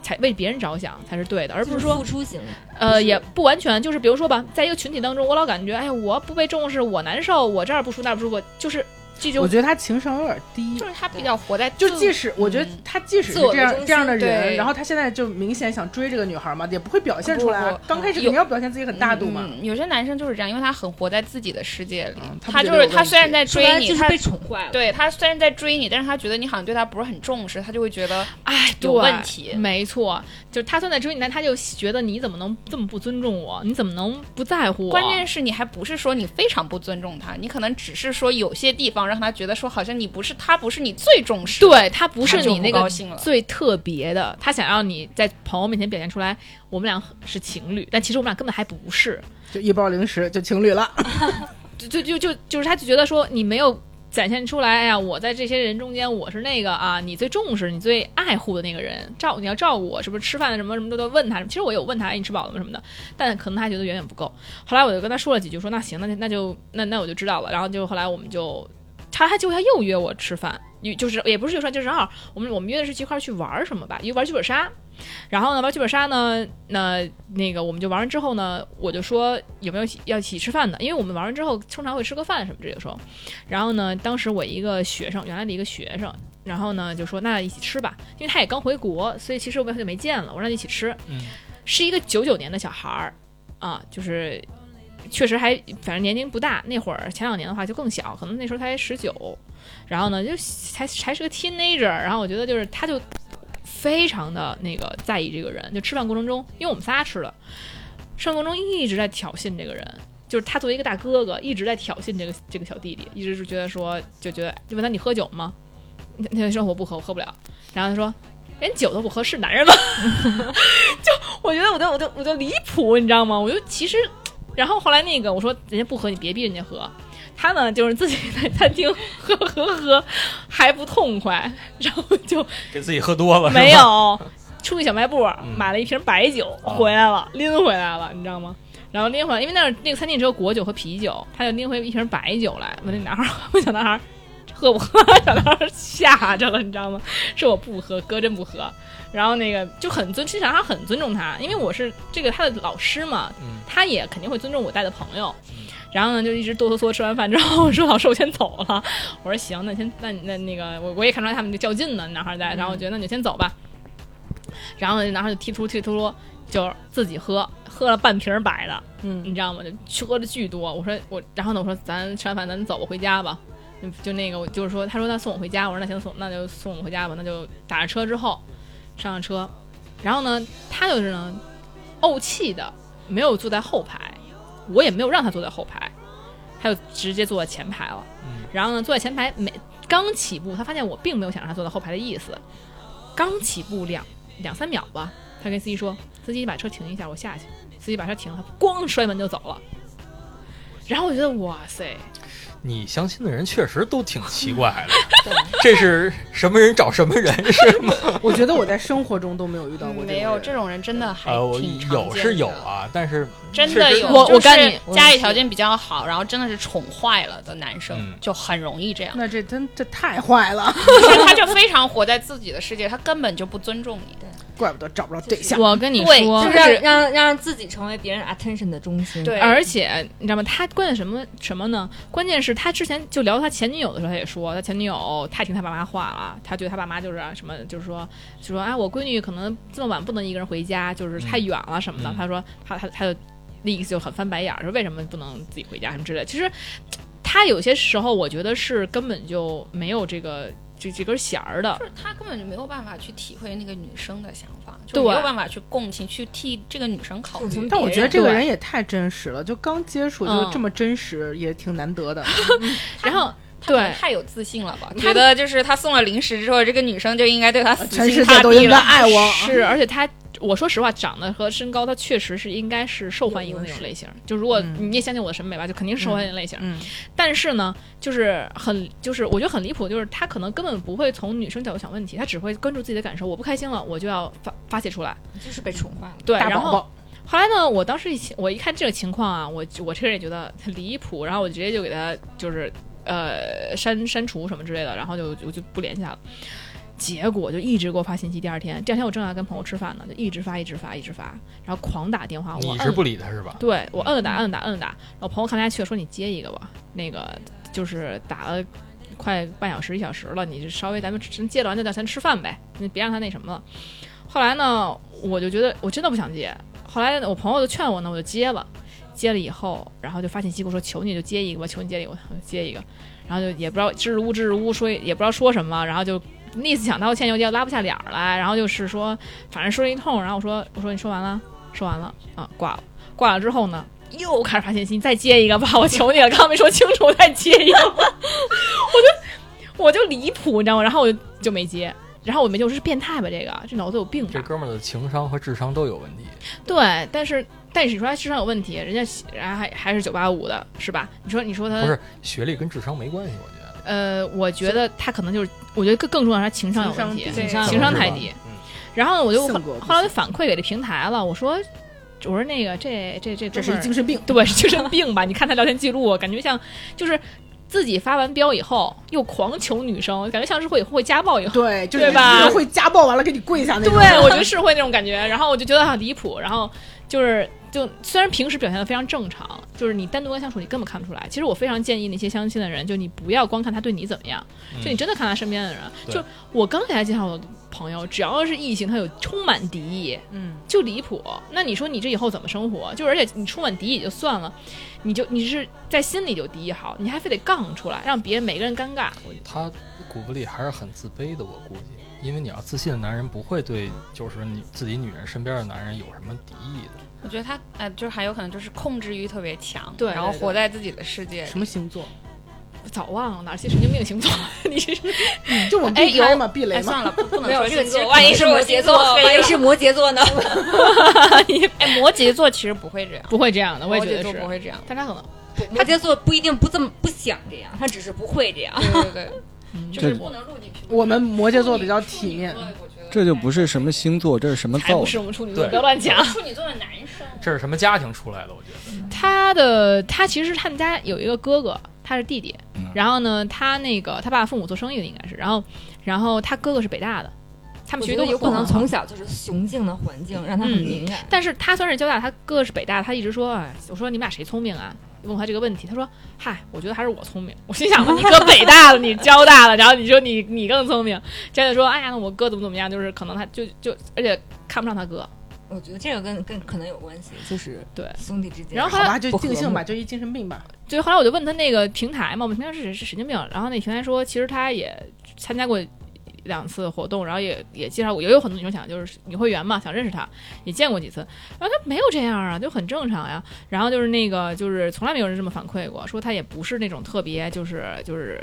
Speaker 2: 才为别人着想才是对的，而不
Speaker 7: 就是是
Speaker 2: 说
Speaker 7: 付出型的，
Speaker 2: 呃，也不完全，就是比如说吧，在一个群体当中，我老感觉，哎呀，我不被重视，我难受，我这儿不舒服那儿不舒服，就是这就
Speaker 4: 我觉得他情商有点低
Speaker 6: 就。是他比较活在
Speaker 4: 就
Speaker 6: 自
Speaker 4: 即使我觉得他即使是
Speaker 6: 自我
Speaker 4: 这样
Speaker 6: 为中心
Speaker 4: 这样的人，
Speaker 6: 对
Speaker 4: 然后他现在就明显想追这个女孩嘛，也不会表现出来啊
Speaker 6: 不不。
Speaker 4: 刚开始
Speaker 6: 有
Speaker 4: 肯定要表现自己很大度嘛。
Speaker 6: 嗯有些男生就是这样，因为他很活在自己的世界里，
Speaker 4: 嗯他不
Speaker 6: 他
Speaker 4: 觉
Speaker 6: 就
Speaker 4: 得
Speaker 6: 是
Speaker 4: 有
Speaker 6: 他
Speaker 4: 问
Speaker 6: 虽然
Speaker 4: 题
Speaker 6: 在
Speaker 7: 说白
Speaker 6: 追
Speaker 7: 了
Speaker 6: 你，
Speaker 7: 就是
Speaker 6: 他
Speaker 7: 被宠坏了。
Speaker 6: 对他虽然在追你，但是他觉得你好像对他不是很重视，他就会觉得
Speaker 2: 哎，对
Speaker 6: 有问题
Speaker 2: 没错，就是他虽然在追你，但他就觉得你怎么能这么不尊重我？你怎么能不在乎我？
Speaker 6: 关键是你还不是说你非常不尊重他，你可能只是说有些地方让他觉得说好像你不是他不是你最重视的，
Speaker 2: 对他不是
Speaker 6: 他就
Speaker 2: 你那
Speaker 6: 不
Speaker 2: 个
Speaker 6: 高兴了
Speaker 2: 最特别的，他想让你在朋友面前表现出来我们俩是情侣，但其实我们俩根本还不是。
Speaker 4: 就一包零食就情侣了，
Speaker 2: 就就就就就是他就觉得说你没有展现出来，哎呀，我在这些人中间我是那个啊，你最重视、你最爱护的那个人，照你要照顾我，是不是吃饭什么什么都都问他。其实我有问他，哎，你吃饱了吗什么的，但可能他觉得远远不够。后来我就跟他说了几句，说那行，那那就那那我就知道了。然后就后来我们就他他结果他又约我吃饭，约就是也不是约饭，就是正好我们我们约的是一块儿去玩儿什么吧，一个玩剧本杀。然后呢，玩剧本杀呢，那那个我们就玩完之后呢，我就说有没有一起要一起吃饭的，因为我们玩完之后通常会吃个饭什么这个时候。然后呢，当时我一个学生，原来的一个学生，然后呢就说那一起吃吧，因为他也刚回国，所以其实我们很久没见了，我让你一起吃。
Speaker 5: 嗯，
Speaker 2: 是一个九九年的小孩儿啊，就是确实还反正年龄不大，那会儿前两年的话就更小，可能那时候才十九，然后呢就才才是个 teenager，然后我觉得就是他就非常的那个在意这个人，就吃饭过程中，因为我们仨吃了，吃饭过程中一直在挑衅这个人。就是他作为一个大哥哥，一直在挑衅这个这个小弟弟，一直是觉得说，就觉得就问他你喝酒吗？他他说我不喝，我喝不了。然后他说连酒都不喝是男人吗？我觉得我就我就我就离谱，你知道吗？我就其实，然后后来那个我说人家不喝，你别逼人家喝。他呢，就是自己在餐厅喝喝喝，还不痛
Speaker 5: 哎
Speaker 2: 快，然后就
Speaker 5: 给自己喝多了，是吧
Speaker 2: 没，有出去小卖部
Speaker 5: 嗯
Speaker 2: 买了一瓶白酒
Speaker 5: 啊
Speaker 2: 回来了，拎回来了，你知道吗？然后拎回来，因为那儿那个餐厅只有果酒和啤酒，他就拎回一瓶白酒来，问那男孩儿，问小男孩儿喝不喝， 小男孩儿吓着了，你知道吗？说我不喝，哥真不喝。然后那个就很尊，其实小男孩儿很尊重他，因为我是这个他的老师嘛，
Speaker 5: 嗯，
Speaker 2: 他也肯定会尊重我带的朋友。然后呢，就一直哆哆嗦嗦。吃完饭之后，我说老师，我先走了。我说行，那先那你那那个，我我也看出来他们就较劲呢，男孩在。然后我觉得那你就先走吧。然后男孩就踢出踢出，就是自己喝，喝了半瓶白的，
Speaker 4: 嗯，
Speaker 2: 你知道吗？就去喝的巨多。我说我，然后呢，我说咱吃完饭咱走，我回家吧。就就那个，我就是说，他说他送我回家，我说那行送，那就送我回家吧。那就打上车之后，上了车，然后呢，他就是呢，怄气的没有坐在后排，我也没有让他坐在后排，他就直接坐在前排了。
Speaker 5: 嗯
Speaker 2: 然后呢，坐在前排没刚起步，他发现我并没有想让他坐在后排的意思，刚起步两两三秒吧，他跟司机说：“司机，你把车停一下，我下去。”司机把车停了，他咣摔门就走了。然后我觉得哇塞，
Speaker 5: 你相亲的人确实都挺奇怪的，这是什么人找什么人是 吗？
Speaker 4: 我觉得我在生活中都没有遇到过这
Speaker 6: 嗯没有这
Speaker 4: 这
Speaker 6: 种人真的还
Speaker 5: 呃，我
Speaker 6: 挺常
Speaker 5: 有
Speaker 6: 见
Speaker 5: 是有
Speaker 6: 的
Speaker 5: 啊，但是
Speaker 6: 真
Speaker 5: 确
Speaker 6: 的
Speaker 5: 实
Speaker 6: 有，
Speaker 2: 我
Speaker 6: 就
Speaker 2: 我干你
Speaker 6: 是家里条件比较好，然后真的是宠坏了的男生
Speaker 5: 嗯，
Speaker 6: 就很容易这样，
Speaker 4: 那这真这太坏了，
Speaker 6: 就是他就非常活在自己的世界，他根本就不尊重你。
Speaker 4: 怪不得找不着对象。
Speaker 2: 我跟你
Speaker 6: 对
Speaker 2: 说
Speaker 7: 就，是
Speaker 6: 就
Speaker 7: 让
Speaker 6: 是
Speaker 7: 让让自己成为别人 attention 的中心。
Speaker 6: 对
Speaker 2: 而且你知道吗？他关键什么什么呢？关键是他之前就聊他前女友的时候，他也说他前女友太听他爸妈话了，他觉得他爸妈就是啊什么，就是说就说啊，我闺女可能这么晚不能一个人回家，就是太远了什么的。
Speaker 5: 嗯
Speaker 2: 他说他他他就那意思就很翻白眼儿，说为什么不能自己回家什么之类的。其实他有些时候我觉得是根本就没有这个这这根弦儿的
Speaker 6: 就，是他根本就没有办法去体会那个女生的想法，
Speaker 2: 对
Speaker 6: 就没有办法去共情，去替这个女生考
Speaker 7: 共情
Speaker 6: 虑。
Speaker 4: 但我觉得这个
Speaker 2: 对
Speaker 4: 人也太真实了，就刚接触就
Speaker 2: 嗯
Speaker 4: 这么真实，也挺难 得的。
Speaker 2: 然后。
Speaker 6: 他
Speaker 2: 对，
Speaker 6: 太有自信了吧？
Speaker 2: 他
Speaker 6: 觉得就是他送了零食之后，这个女生就应该对他死
Speaker 4: 全
Speaker 6: 心
Speaker 4: 世界
Speaker 6: 塌
Speaker 4: 都
Speaker 6: 地
Speaker 4: 应该
Speaker 6: 了。
Speaker 4: 爱我。
Speaker 2: 呃是，而且他，我说实话，长得和身高，它确实是应该是受欢迎的那种类型。就如果
Speaker 4: 嗯
Speaker 2: 你也相信我的审美吧，就肯定是受欢迎类型。
Speaker 4: 嗯，
Speaker 2: 但是呢，就是很，就是我觉得很离谱，就是他可能根本不会从女生角度想问题，他只会关注自己的感受。我不开心了，我就要发发泄出来。
Speaker 7: 就是被宠坏了。
Speaker 2: 对，
Speaker 4: 大
Speaker 2: 然
Speaker 4: 宝
Speaker 2: 后
Speaker 4: 宝，
Speaker 2: 后来呢，我当时一起我一看这个情况啊，我就我这个人也觉得很离谱，然后我直接就给他就是呃删删除什么之类的，然后就我就不联系他了。结果就一直给我发信息，第二天，第二天我正要跟朋友吃饭呢，就一直发，一直发，一直发，然后狂打电话，我
Speaker 5: 你
Speaker 2: 摁
Speaker 5: 是不理他是吧？
Speaker 2: 对我摁了打，摁了打，摁了打。然后朋友看不下去了，说你接一个吧，那个就是打了快半小时一小时了，你就稍微咱们真接了完就叫咱吃饭呗，你别让他那什么了。后来呢，我就觉得我真的不想接，后来我朋友就劝我呢，我就接了。接了以后，然后就发信息跟我说：“求你就接一个吧，求你接一个，我就接一个。”然后就也不知道支支吾吾支支吾吾说，也不知道说什么，然后就那次想道歉又又拉不下脸儿来，然后就是说，反正说了一通，然后我说：“我说你说完了，说完了啊，挂了。”挂了之后呢，又开始发信息，你再接一个吧，我求你了，刚刚没说清楚，再接一个吧，我就我就离谱，你知道吗？然后我就就没接，然后我没接，我说是变态吧，这个这脑子有病
Speaker 5: 这
Speaker 2: 吧？
Speaker 5: 哥们儿的情商和智商都有问题。
Speaker 2: 对，但是但是你说他智商有问题，人家然后还还是九八五的，是吧？你说你说
Speaker 5: 不
Speaker 2: 他
Speaker 5: 是学历跟智商没关系，我觉得。
Speaker 2: 呃，我觉得他可能就是，我觉得更更重要的是他情商有问题，
Speaker 4: 情
Speaker 6: 商低
Speaker 2: 对
Speaker 6: 对
Speaker 2: 情商太低。
Speaker 5: 嗯
Speaker 2: 然后我就
Speaker 4: 性
Speaker 2: 后
Speaker 4: 格不行
Speaker 2: 后来我就反馈给这平台了，我说我说那个这这这
Speaker 4: 这
Speaker 2: 哥
Speaker 4: 是
Speaker 2: 们儿
Speaker 4: 精神病，
Speaker 2: 对，是精神病吧？你看他聊天记录，感觉像就是自己发完飙以后又狂求女生，感觉像是会会家暴以后。
Speaker 4: 对，就是
Speaker 2: 对吧
Speaker 4: 就是会家暴完了给你跪下那
Speaker 2: 对，
Speaker 4: 种，
Speaker 2: 我觉得是会那种感觉。然后我就觉得很离谱。然后就是就虽然平时表现的非常正常，就是你单独跟他相处你根本看不出来。其实我非常建议那些相亲的人，就你不要光看他对你怎么样，
Speaker 5: 嗯
Speaker 4: 嗯
Speaker 2: 就你真的看他身边的人。
Speaker 5: 对
Speaker 2: 就我刚给他介绍我的朋友，只要是异性，他有充满敌意，
Speaker 4: 嗯，
Speaker 2: 就离谱。那你说你这以后怎么生活？就而且你充满敌意也就算了，你就你是在心里就敌意好，你还非得杠出来，让别人每个人尴尬。
Speaker 5: 他骨子里还是很自卑的，我估计，因为你要自信的男人不会对就是你自己女人身边的男人有什么敌意的。
Speaker 6: 我觉得他呃，就是还有可能就是控制欲特别强，
Speaker 2: 对
Speaker 6: 然后
Speaker 2: 对
Speaker 6: 活在自己的世界里。
Speaker 4: 什么星座？
Speaker 2: 我早忘了哪些神经病星座， 你是
Speaker 4: 就我们
Speaker 6: 哎
Speaker 4: 避开嘛，
Speaker 6: 有
Speaker 4: 避雷
Speaker 6: 哎，
Speaker 4: 嘛，
Speaker 6: 算了，不不能
Speaker 7: 没有
Speaker 6: 说这个
Speaker 7: 星
Speaker 6: 其
Speaker 7: 座
Speaker 6: 实
Speaker 7: 万一是
Speaker 6: 摩
Speaker 7: 摩羯座，万一是摩羯座呢？
Speaker 6: 哎，摩羯座其实不会这样，
Speaker 2: 不会这样的，我
Speaker 6: 摩
Speaker 2: 也觉
Speaker 6: 羯
Speaker 2: 得
Speaker 6: 座不
Speaker 2: 是。
Speaker 6: 会这样。
Speaker 2: 但他可能
Speaker 7: 摩羯座不一定不这么不想这样，他只是不会这样。
Speaker 6: 对对 对，
Speaker 3: 嗯这
Speaker 6: 不能入地平。
Speaker 4: 我们摩羯座比较体面，
Speaker 3: 这就不是什么星座，这是什么
Speaker 2: 才
Speaker 3: 造
Speaker 2: 不
Speaker 3: 的
Speaker 2: 是？我们处女座，
Speaker 5: 对
Speaker 2: 不要乱讲。
Speaker 6: 处女座的男生，
Speaker 5: 这是什么家庭出来的？我觉得
Speaker 2: 他的他其实他们家有一个哥哥，他是弟弟
Speaker 3: 嗯。
Speaker 2: 然后呢，他那个他爸父母做生意的应该是，然后然后他哥哥是北大的，他
Speaker 7: 我
Speaker 2: 们
Speaker 7: 觉
Speaker 2: 学
Speaker 7: 得
Speaker 2: 都
Speaker 7: 有可能啊从小就是雄性的环境让他很
Speaker 2: 嗯
Speaker 7: 敏感。
Speaker 2: 但是他虽然是交大，他哥是北大，他一直说，哎，我说你们俩谁聪明啊？问我他这个问题，他说：“嗨，我觉得还是我聪明。”我心想：“你哥北大了，你交大了，然后你说你你更聪明。”接着说：“哎呀，那我哥怎么怎么样？就是可能他就就，而且看不上他哥。
Speaker 7: 我觉得这个跟跟可能有关系，就是
Speaker 2: 对
Speaker 7: 兄弟之间。
Speaker 2: 然后
Speaker 4: 好吧，就
Speaker 7: 不和
Speaker 4: 尽兴吧，
Speaker 7: 睦
Speaker 4: 就一精神病吧。
Speaker 2: 就后来我就问他那个平台嘛，我们平台是是神经病，然后那平台说，其实他也参加过两次活动，然后也也介绍过，也有很多女生想就是女会员嘛，想认识他，也见过几次，然后他没有这样啊，就很正常呀。然后就是那个就是从来没有人这么反馈过，说他也不是那种特别就是就是。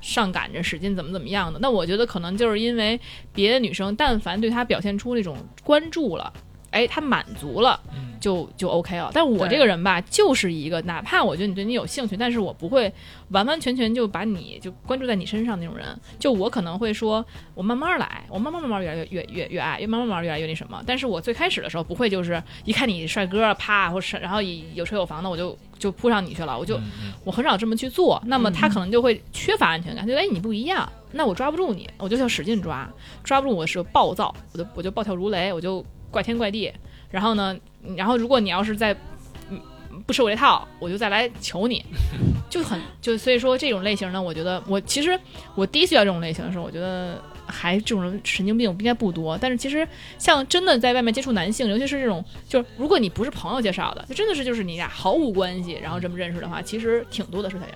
Speaker 2: 上赶着使劲怎么怎么样的？那我觉得可能就是因为别的女生，但凡对他表现出那种关注了，哎，他满足了，就就 OK 了。但我
Speaker 4: 对
Speaker 2: 这个人吧，就是一个哪怕我觉得你对你有兴趣，但是我不会完完全全就把你就关注在你身上那种人。就我可能会说，我慢慢来，我慢慢慢慢越来越越越越爱，越慢慢慢慢越来越那什么。但是我最开始的时候不会，就是一看你帅哥啪，或是然后一有车有房的，我就就扑上你去了，
Speaker 5: 嗯
Speaker 2: 我就、我很少这么去做。那么他可能就会缺乏安全感，觉得哎你不一样，那我抓不住你，我就要使劲抓，抓不住我是暴躁，我就我就暴跳如雷，我就怪天怪地。然后呢，然后如果你要是再嗯不吃我这套，我就再来求你，就很就所以说这种类型呢，我觉得我其实我第一次遇到这种类型的时候，我觉得还这种人神经病应该不多。但是其实像真的在外面接触男性，尤其是这种就是如果你不是朋友介绍的，就真的是就是你俩毫无关系，然后这么认识的话，其实挺多的是这样。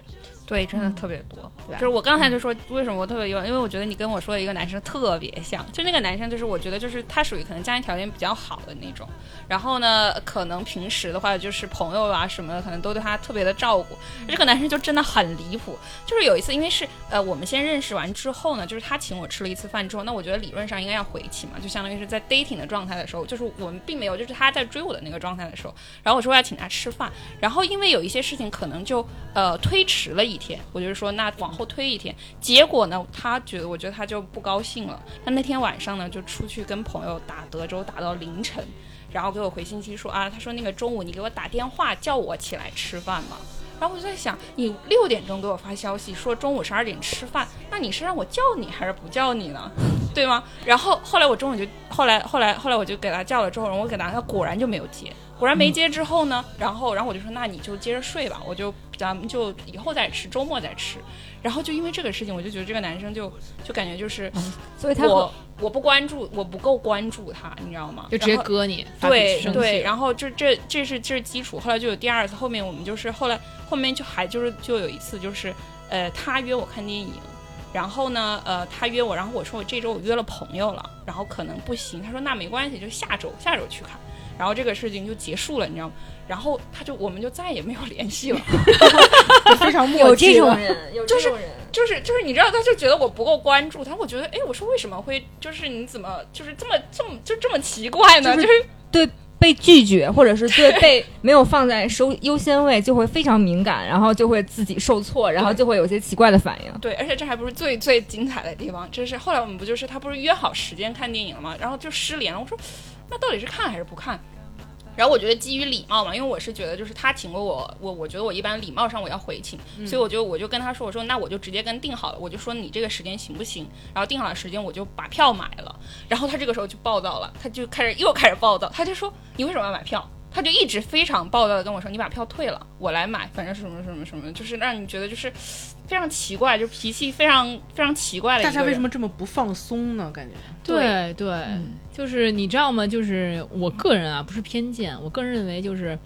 Speaker 6: 对，真的特别多。
Speaker 2: 啊
Speaker 6: 就是我刚才就说，为什么我特别有，因为我觉得你跟我说的一个男生特别像，就那个男生就是我觉得就是他属于可能家庭条件比较好的那种，然后呢，可能平时的话就是朋友啊什么的，可能都对他特别的照顾。这个男生就真的很离谱，就是有一次，因为是呃我们先认识完之后呢，就是他请我吃了一次饭之后，那我觉得理论上应该要回请嘛，就相当于是在 dating 的状态的时候，就是我们并没有，就是他在追我的那个状态的时候，然后我说要请他吃饭，然后因为有一些事情可能就呃推迟了一天，我就是说那往后推一天。结果呢，他觉得我觉得他就不高兴了。他那天晚上呢，就出去跟朋友打德州，打到凌晨，然后给我回信息说啊，他说那个中午你给我打电话叫我起来吃饭嘛。然后我就在想，你六点钟给我发消息说中午十二点吃饭，那你是让我叫你还是不叫你呢？ 对吗？然后后来我中午就后来后来后来我就给他叫了之后，然后我给他他果然就没有接，果然没接之后呢，然后然后我就说那你就接着睡吧，我就咱们就以后再吃，周末再吃。然后就因为这个事情，我就觉得这个男生就就感觉就是
Speaker 7: 所以他
Speaker 6: 我我不关注，我不够关注他，你知道吗？
Speaker 2: 就直接
Speaker 6: 然后
Speaker 2: 割你，发脾
Speaker 6: 对
Speaker 2: 气生气
Speaker 6: 对，然后这这这是这是基础，后来就有第二次，后面我们就是后来后面就还就是就有一次就是呃他约我看电影，然后呢呃他约我，然后我说我这周我约了朋友了，然后可能不行，他说那没关系，就下周下周去看，然后这个事情就结束了，你知道吗？然后他就我们就再也没有联系了。
Speaker 4: 非常默契。
Speaker 7: 有这种，人，有这种人，
Speaker 6: 就是就是你知道，他就觉得我不够关注他，我觉得哎，我说为什么会就是你怎么就是这么这么就这么奇怪呢？
Speaker 7: 就
Speaker 6: 就是是
Speaker 7: 被拒绝，或者是对被没有放在收优先位，就会非常敏感，然后就会自己受挫，然后就会有些奇怪的反应。
Speaker 6: 对，而且这还不是最最精彩的地方，这是后来我们不就是他不是约好时间看电影了吗？然后就失联了。我说那到底是看还是不看？然后我觉得基于礼貌嘛，因为我是觉得就是他请过我，我我觉得我一般礼貌上我要回请，所以我就我就跟他说，我说那我就直接跟定好了，我就说你这个时间行不行？然后定好了时间我就把票买了，然后他这个时候就暴躁了，他就开始又开始暴躁，他就说你为什么要买票？他就一直非常暴躁的跟我说你把票退了，我来买，反正什么什么什么，就是让你觉得就是非常奇怪，就脾气非常非常奇
Speaker 2: 哎
Speaker 6: 怪的一个
Speaker 4: 大
Speaker 6: 人。
Speaker 4: 家为什么这么不放松呢？感觉
Speaker 2: 嗯对对，就是你知道吗？就是我个人啊，不是偏见，我个人认为就是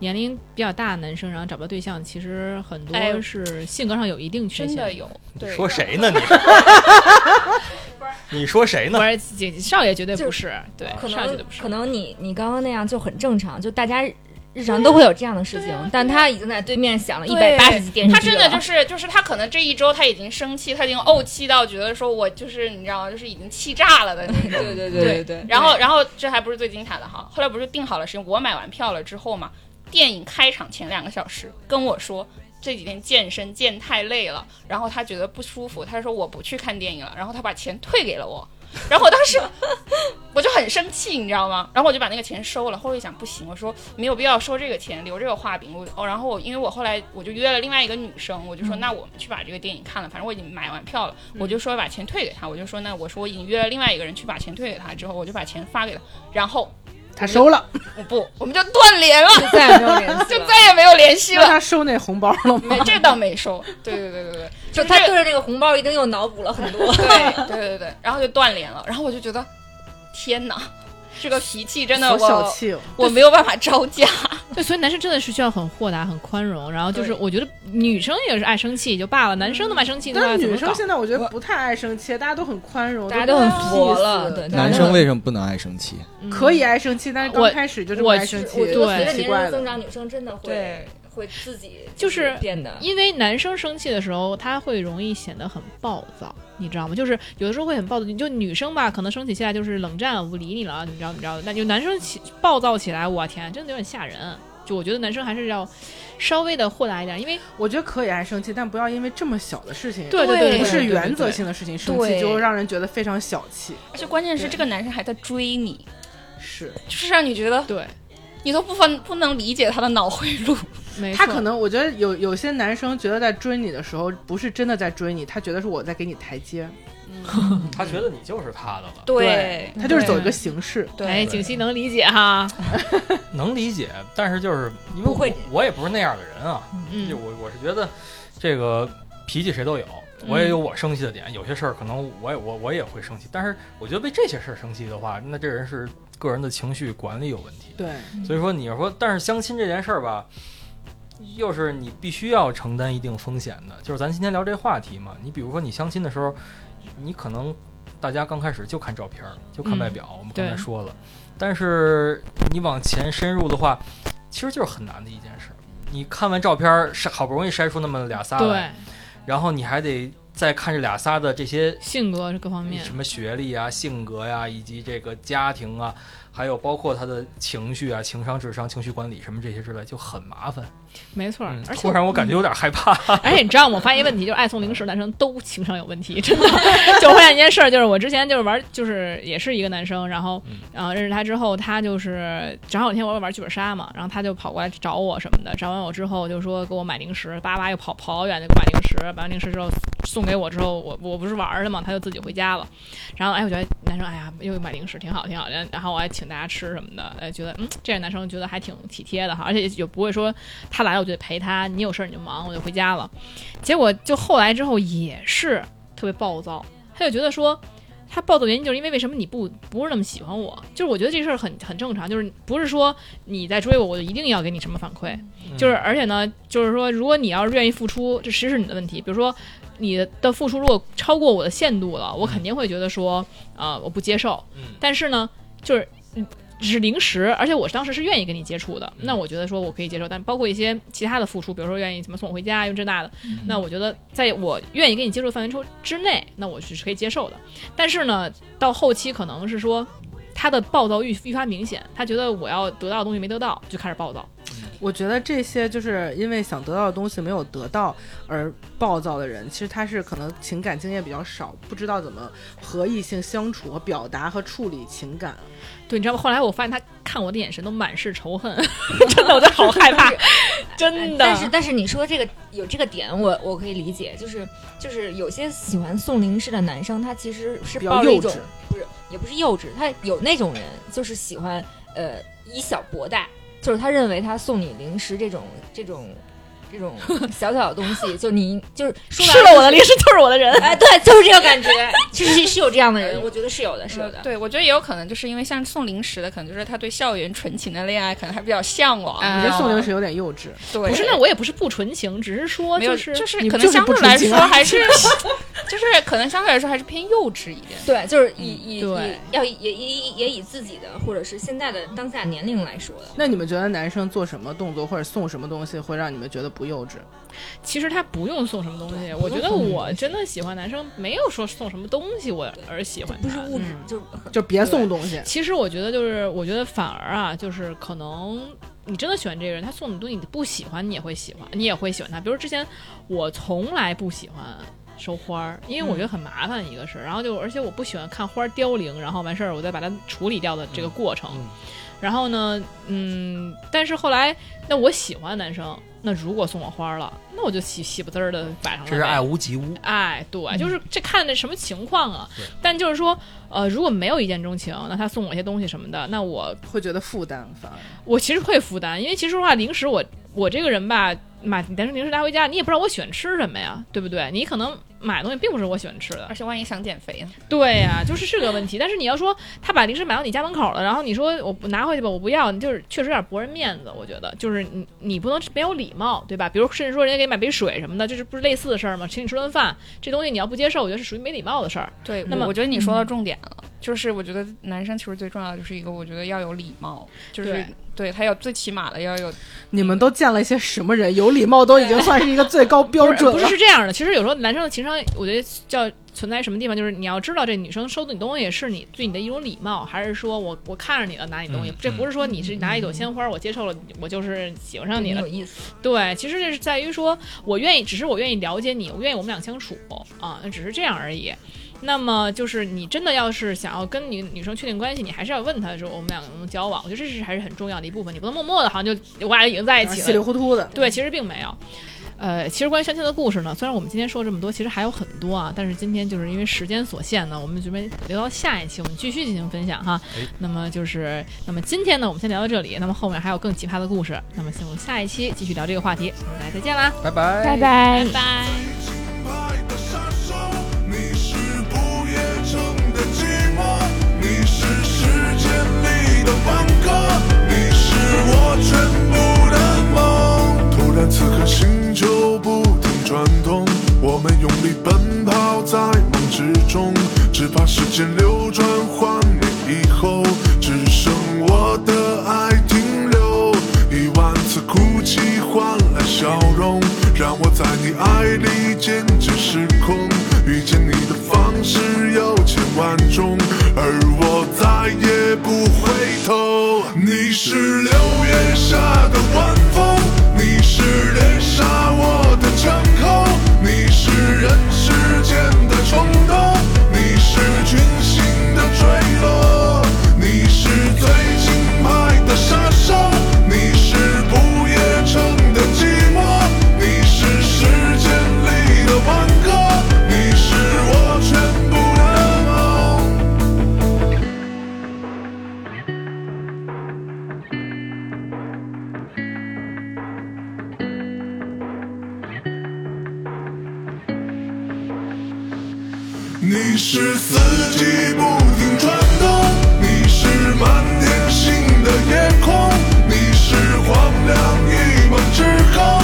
Speaker 2: 年龄比较大的男生，然后找不到对象，其实很
Speaker 6: 哎
Speaker 2: 多是性格上有一定缺
Speaker 6: 真
Speaker 2: 陷。
Speaker 6: 的有？对，
Speaker 5: 说谁呢你？你说谁呢
Speaker 2: 不？是姐少爷绝对不是，对，
Speaker 7: 可
Speaker 2: 少爷绝
Speaker 7: 能
Speaker 2: 对不是
Speaker 7: 可。能你你刚刚那样就很正常，就大家日常都会有这样的事情，但他已经在对面想了一百
Speaker 6: 对
Speaker 7: 八十集电视
Speaker 6: 他
Speaker 7: 剧
Speaker 6: 真
Speaker 7: 了，
Speaker 6: 的就是就是他可能这一周他已经生气，他已经怄气到觉得说我就是你知道吗就是已经气炸了的那 种。
Speaker 7: 对对
Speaker 6: 对
Speaker 7: 对
Speaker 6: 然后然后这还不是最精彩的哈，后来不是定好了时间，我买完票了之后嘛，电影开场前两个小时跟我说。这几天健身健太累了，然后他觉得不舒服，他说我不去看电影了，然后他把钱退给了我，然后我当时我就很生气，你知道吗？然后我就把那个钱收了。后来一想不行，我说没有必要收这个钱，留这个画饼。我、哦、然后我因为我后来我就约了另外一个女生，我就说、那我们去把这个电影看了，反正我已经买完票了，我就说把钱退给她。我就说那我说我已经约了另外一个人去把钱退给她之后，我就把钱发给她，然后
Speaker 4: 他收了，
Speaker 6: 我不，我们就断联了，
Speaker 7: 就再也没有联
Speaker 6: 就再也没有联系
Speaker 7: 系了，
Speaker 4: 那
Speaker 6: 了。
Speaker 4: 他收那红包了 吗？
Speaker 6: 没，这倒没收。对对对对对，
Speaker 7: 就他对着这个红包一定又脑补了很多。
Speaker 6: 对对对对，然后就断联了。然后我就觉得，天哪，这个脾气真的
Speaker 4: 好小
Speaker 6: 我
Speaker 4: 气 哦！
Speaker 6: 我没有办法招架。
Speaker 2: 对，所以男生真的是需要很豁达、很宽容。然后就是，
Speaker 6: 对
Speaker 2: 我觉得女生也是爱生气也就罢了，男生那么爱生气的话，
Speaker 4: 但是
Speaker 2: 怎么
Speaker 4: 女生
Speaker 2: 搞
Speaker 4: 现在我觉得不太爱生气，大家都很宽容，
Speaker 7: 大家都很佛了，对，
Speaker 3: 男生为什么不能爱生气？
Speaker 2: 嗯
Speaker 4: 可以啊爱生气，但是刚
Speaker 2: 我
Speaker 4: 开始就这么
Speaker 2: 我
Speaker 4: 爱
Speaker 2: 去
Speaker 4: 生气，
Speaker 7: 我觉得随
Speaker 2: 对
Speaker 7: 着
Speaker 4: 奇
Speaker 7: 年
Speaker 4: 怪
Speaker 7: 龄
Speaker 4: 的
Speaker 7: 增长，女生真的会
Speaker 6: 对
Speaker 7: 会自己
Speaker 2: 就是
Speaker 7: 变得
Speaker 2: 因为男生生气的时候，他会容易显得很暴躁，你知道吗？就是有的时候会很暴躁。你就女生吧，可能生起气来就是冷战了，啊不理你了，怎么着怎么着的。那就男生起暴躁起来，我天，真的有点吓人。啊就我觉得男生还是要稍微的豁达一点，因为
Speaker 4: 我觉得可以爱生气，但不要因为这么小的事情，
Speaker 2: 对
Speaker 6: 对
Speaker 2: 对，
Speaker 4: 不是
Speaker 2: 对
Speaker 4: 原则。
Speaker 2: 对对
Speaker 4: 性的事情生
Speaker 7: 对
Speaker 4: 气，就让人觉得非常小气。
Speaker 6: 而且关键是
Speaker 4: 对
Speaker 6: 这个男生还在追你，
Speaker 4: 是
Speaker 6: 就是让你觉得
Speaker 2: 对，
Speaker 6: 你都不分不能理解他的脑回路。
Speaker 2: 没
Speaker 4: 他
Speaker 2: 错
Speaker 4: 可能，我觉得有有些男生觉得在追你的时候，不是真的在追你，他觉得是我在给你台阶，
Speaker 5: 他觉得你就是他的了，
Speaker 4: 对他就是
Speaker 2: 对
Speaker 4: 走一个形式。
Speaker 6: 对
Speaker 2: 哎，
Speaker 5: 对
Speaker 2: 景熙能理解哈，
Speaker 5: 能理解，但是就是因为
Speaker 7: 不
Speaker 5: 我
Speaker 7: 会
Speaker 5: 我也不是那样的人啊，
Speaker 2: 嗯，
Speaker 5: 就我我是觉得这个脾气谁都有，我也有我生气的点，有些事儿可能我也我我也会生气，但是我觉得为这些事儿生气的话，那这人是个人的情绪管理有问题。
Speaker 4: 对，
Speaker 5: 所以说你要说，但是相亲这件事儿吧，又是你必须要承担一定风险的。就是咱今天聊这话题嘛，你比如说你相亲的时候，你可能大家刚开始就看照片儿，就看外表，我们刚才
Speaker 2: 嗯对
Speaker 5: 说了。但是你往前深入的话，其实就是很难的一件事儿。你看完照片儿，筛好不容易筛出那么俩仨来，
Speaker 2: 对，
Speaker 5: 然后你还得再看这俩仨的这些
Speaker 2: 性格各方面
Speaker 5: 什，么学历啊、性格呀、以及这个家庭啊，还有包括他的情绪啊、情商、智商、情绪管理什么这些之类，就很麻烦。
Speaker 2: 没错儿
Speaker 5: 嗯。
Speaker 2: 而且
Speaker 5: 突然我感觉有点害怕。
Speaker 2: 而哎且你知道吗？我发现一个问题，就是爱送零食的男生都情商有问题，真的。 就我发现一件事儿，就是我之前就是玩，就是也是一个男生，然后
Speaker 5: 嗯
Speaker 2: 呃认识他之后，他就是正好有一天我玩剧本杀嘛，然后他就跑过来找我什么的，找完我之后就说给我买零食，叭叭又跑跑老远的给我买零食，买完零食之后送给我之后，我我不是玩儿的嘛，他就自己回家了。然后哎，我觉得男生哎呀又买零食挺好挺好，然然后我还请大家吃什么的，哎觉得嗯这个男生觉得还挺体贴的哈，而且也不会说他来了我就得陪他，你有事儿你就忙我就回家了。结果就后来之后也是特别暴躁，他就觉得说。他暴躁原因就是因为为什么你不不是那么喜欢我？就是我觉得这事儿很很正常，就是不是说你在追我，我就一定要给你什么反馈，就是而且呢，就是说，如果你要是愿意付出，这其实是你的问题。比如说，你的付出如果超过我的限度了，我肯定会觉得说，啊，我不接受。
Speaker 5: 嗯
Speaker 2: 但是呢，就是嗯只是零食，而且我当时是愿意跟你接触的，
Speaker 5: 嗯
Speaker 2: 那我觉得说我可以接受。但包括一些其他的付出，比如说愿意怎么送我回家，用这那的，那我觉得在我愿意跟你接触的范围之之内，那我是可以接受的。但是呢，到后期可能是说。他的暴躁愈愈发明显，他觉得我要得到的东西没得到，就开始暴躁。
Speaker 4: 我觉得这些就是因为想得到的东西没有得到而暴躁的人，其实他是可能情感经验比较少，不知道怎么和异性相处、和表达和处理情感。
Speaker 2: 对，你知道吗？后来我发现他看我的眼神都满是仇恨， 真的，我都好害怕，真嗯的。
Speaker 7: 哎但是但是你说这个有这个点我，我可以理解，就是就是有些喜欢送零食的男生，他其实是
Speaker 4: 比较
Speaker 7: 抱着一
Speaker 4: 幼
Speaker 7: 种
Speaker 4: 稚
Speaker 7: 不是也不是幼稚，他有那种人就是喜欢呃以小博大，就是他认为他送你零食这种这种 这种小小的东西，就你就是说白
Speaker 2: 吃了我的零
Speaker 7: 食，
Speaker 2: 食就是我的人，嗯
Speaker 7: 哎，对，就是这个感觉，是是是有这样的人，我觉得是有的，是有的。
Speaker 6: 对，我觉得也有可能，就是因为像送零食的，可能就是他对校园纯情的恋爱可能还比较向往。
Speaker 4: 我
Speaker 6: 啊
Speaker 4: 觉得送零食有点幼稚，
Speaker 6: 对，
Speaker 2: 不是？那我也不是不纯情，只是说
Speaker 6: 没有，
Speaker 2: 是
Speaker 6: 是
Speaker 4: 你
Speaker 6: 可
Speaker 4: 就
Speaker 6: 能
Speaker 4: 是
Speaker 6: 相
Speaker 4: 不
Speaker 6: 对来
Speaker 4: 纯
Speaker 6: 说
Speaker 4: 情啊
Speaker 6: 还是，就是可能相对来说还是偏幼稚一点。
Speaker 7: 对，就是以以以
Speaker 2: 嗯对
Speaker 7: 要以也也也以自己的或者是现在的当下年龄来说的，
Speaker 4: 那你们觉得男生做什么动作或者送什么东西会让你们觉得不幼稚？
Speaker 2: 其实他不用送什么东西。我觉得我真的喜欢男生，没有说送什么东西我而喜欢
Speaker 7: 不是
Speaker 2: 他。
Speaker 7: 物质，
Speaker 4: 嗯
Speaker 7: 就是很
Speaker 4: 就别送东西。
Speaker 2: 其实我觉得就是，我觉得反而啊，就是可能你真的喜欢这个人，他送你东西你不喜欢，你也会喜欢，你也会喜欢他。比如之前我从来不喜欢收花儿，因为我觉得很麻烦，一个是，然后就而且我不喜欢看花儿凋零，然后完事儿我再把它处理掉的这个过程。
Speaker 5: 嗯
Speaker 2: 然后呢，嗯，但是后来，那我喜欢男生，那如果送我花儿了，那我就喜喜不滋儿的摆上了呗。
Speaker 5: 这是爱屋及乌，
Speaker 2: 哎，对，就是这看那什么情况啊
Speaker 5: 对。
Speaker 2: 但就是说，呃，如果没有一见钟情，那他送我一些东西什么的，那我
Speaker 4: 会觉得负担，反而
Speaker 2: 我其实会负担，因为其实说实话，零食我我这个人吧，买男生零食拿回家，你也不知道我喜欢吃什么呀，对不对？你可能买东西并不是我喜欢吃的
Speaker 6: 而，且万一想减肥呢？
Speaker 2: 对 呀、就是是个问题。但是你要说他把零食买到你家门口了，然后你说我不拿回去吧，我不要，你就是确实有点驳人面子。我觉得就是你你不能没有礼貌，对吧？比如甚至说人家给你买杯水什么的，这是不是类似的事儿吗？请你吃顿饭，这东西你要不接受，我觉得是属于没礼貌的事儿。
Speaker 6: 对，
Speaker 2: 那么嗯
Speaker 6: 我觉得你说到重点了，就是我觉得男生其实最重要的就是一个，我觉得要有礼貌，就是
Speaker 2: 对
Speaker 6: 对他要最起码的要有
Speaker 4: 你们都见了一些什么人？有礼貌都已经算是一个最高标准
Speaker 2: 不是
Speaker 4: 了。
Speaker 2: 是这样的，其实有时候男生的情商，我觉得叫存在什么地方，就是你要知道这女生收你东西是你对你的一种礼貌，还是说我我看着你了拿你东西，
Speaker 5: 嗯
Speaker 2: 这不是说你是拿一
Speaker 4: 嗯
Speaker 2: 朵鲜花我接受了，我就是喜欢上你了
Speaker 7: 有，意思。
Speaker 2: 对，其实这是在于说，我愿意，只是我愿意了解你，我愿意我们俩相处啊，只是这样而已。那么就是你真的要是想要跟女女生确定关系，你还是要问她说我们俩能不能交往？我觉得这是还是很重要的一部分，你不能默默的，好像就我俩已经在一起
Speaker 4: 稀里
Speaker 2: 了。
Speaker 4: 糊涂的，
Speaker 2: 对，其实并没有。呃，其实关于相亲的故事呢，虽然我们今天说了这么多，其实还有很多啊，但是今天就是因为时间所限呢，我们准备留到下一期，我们继续进行分享哈。
Speaker 5: 哎
Speaker 2: 那么就是，那么今天呢，我们先聊到这里，那么后面还有更奇葩的故事，那么我们下一期继续聊这个话题，我们大家再见啦，
Speaker 5: 拜拜
Speaker 7: 拜拜。
Speaker 2: 拜。
Speaker 1: 金牌的杀手，你是不夜城的寂寞，你是时间里的万歌，你是我全部的梦。突然刺飘在梦之中，只怕时间流转，幻灭以后，只剩我的爱停留。一万次哭泣换来笑容，让我在你爱里渐渐失控。遇见你的方式有千万种，而我再也不回头。你是流月下的晚风，你是猎杀我的长空，你是人世间的冲动，你是群星的坠落，你是最轻派的杀手，你是不夜城的寂寞，你是时间里的挽歌，你是我全部的梦。你是四季不停转动，你是满天星的夜空，你是荒凉一梦之后，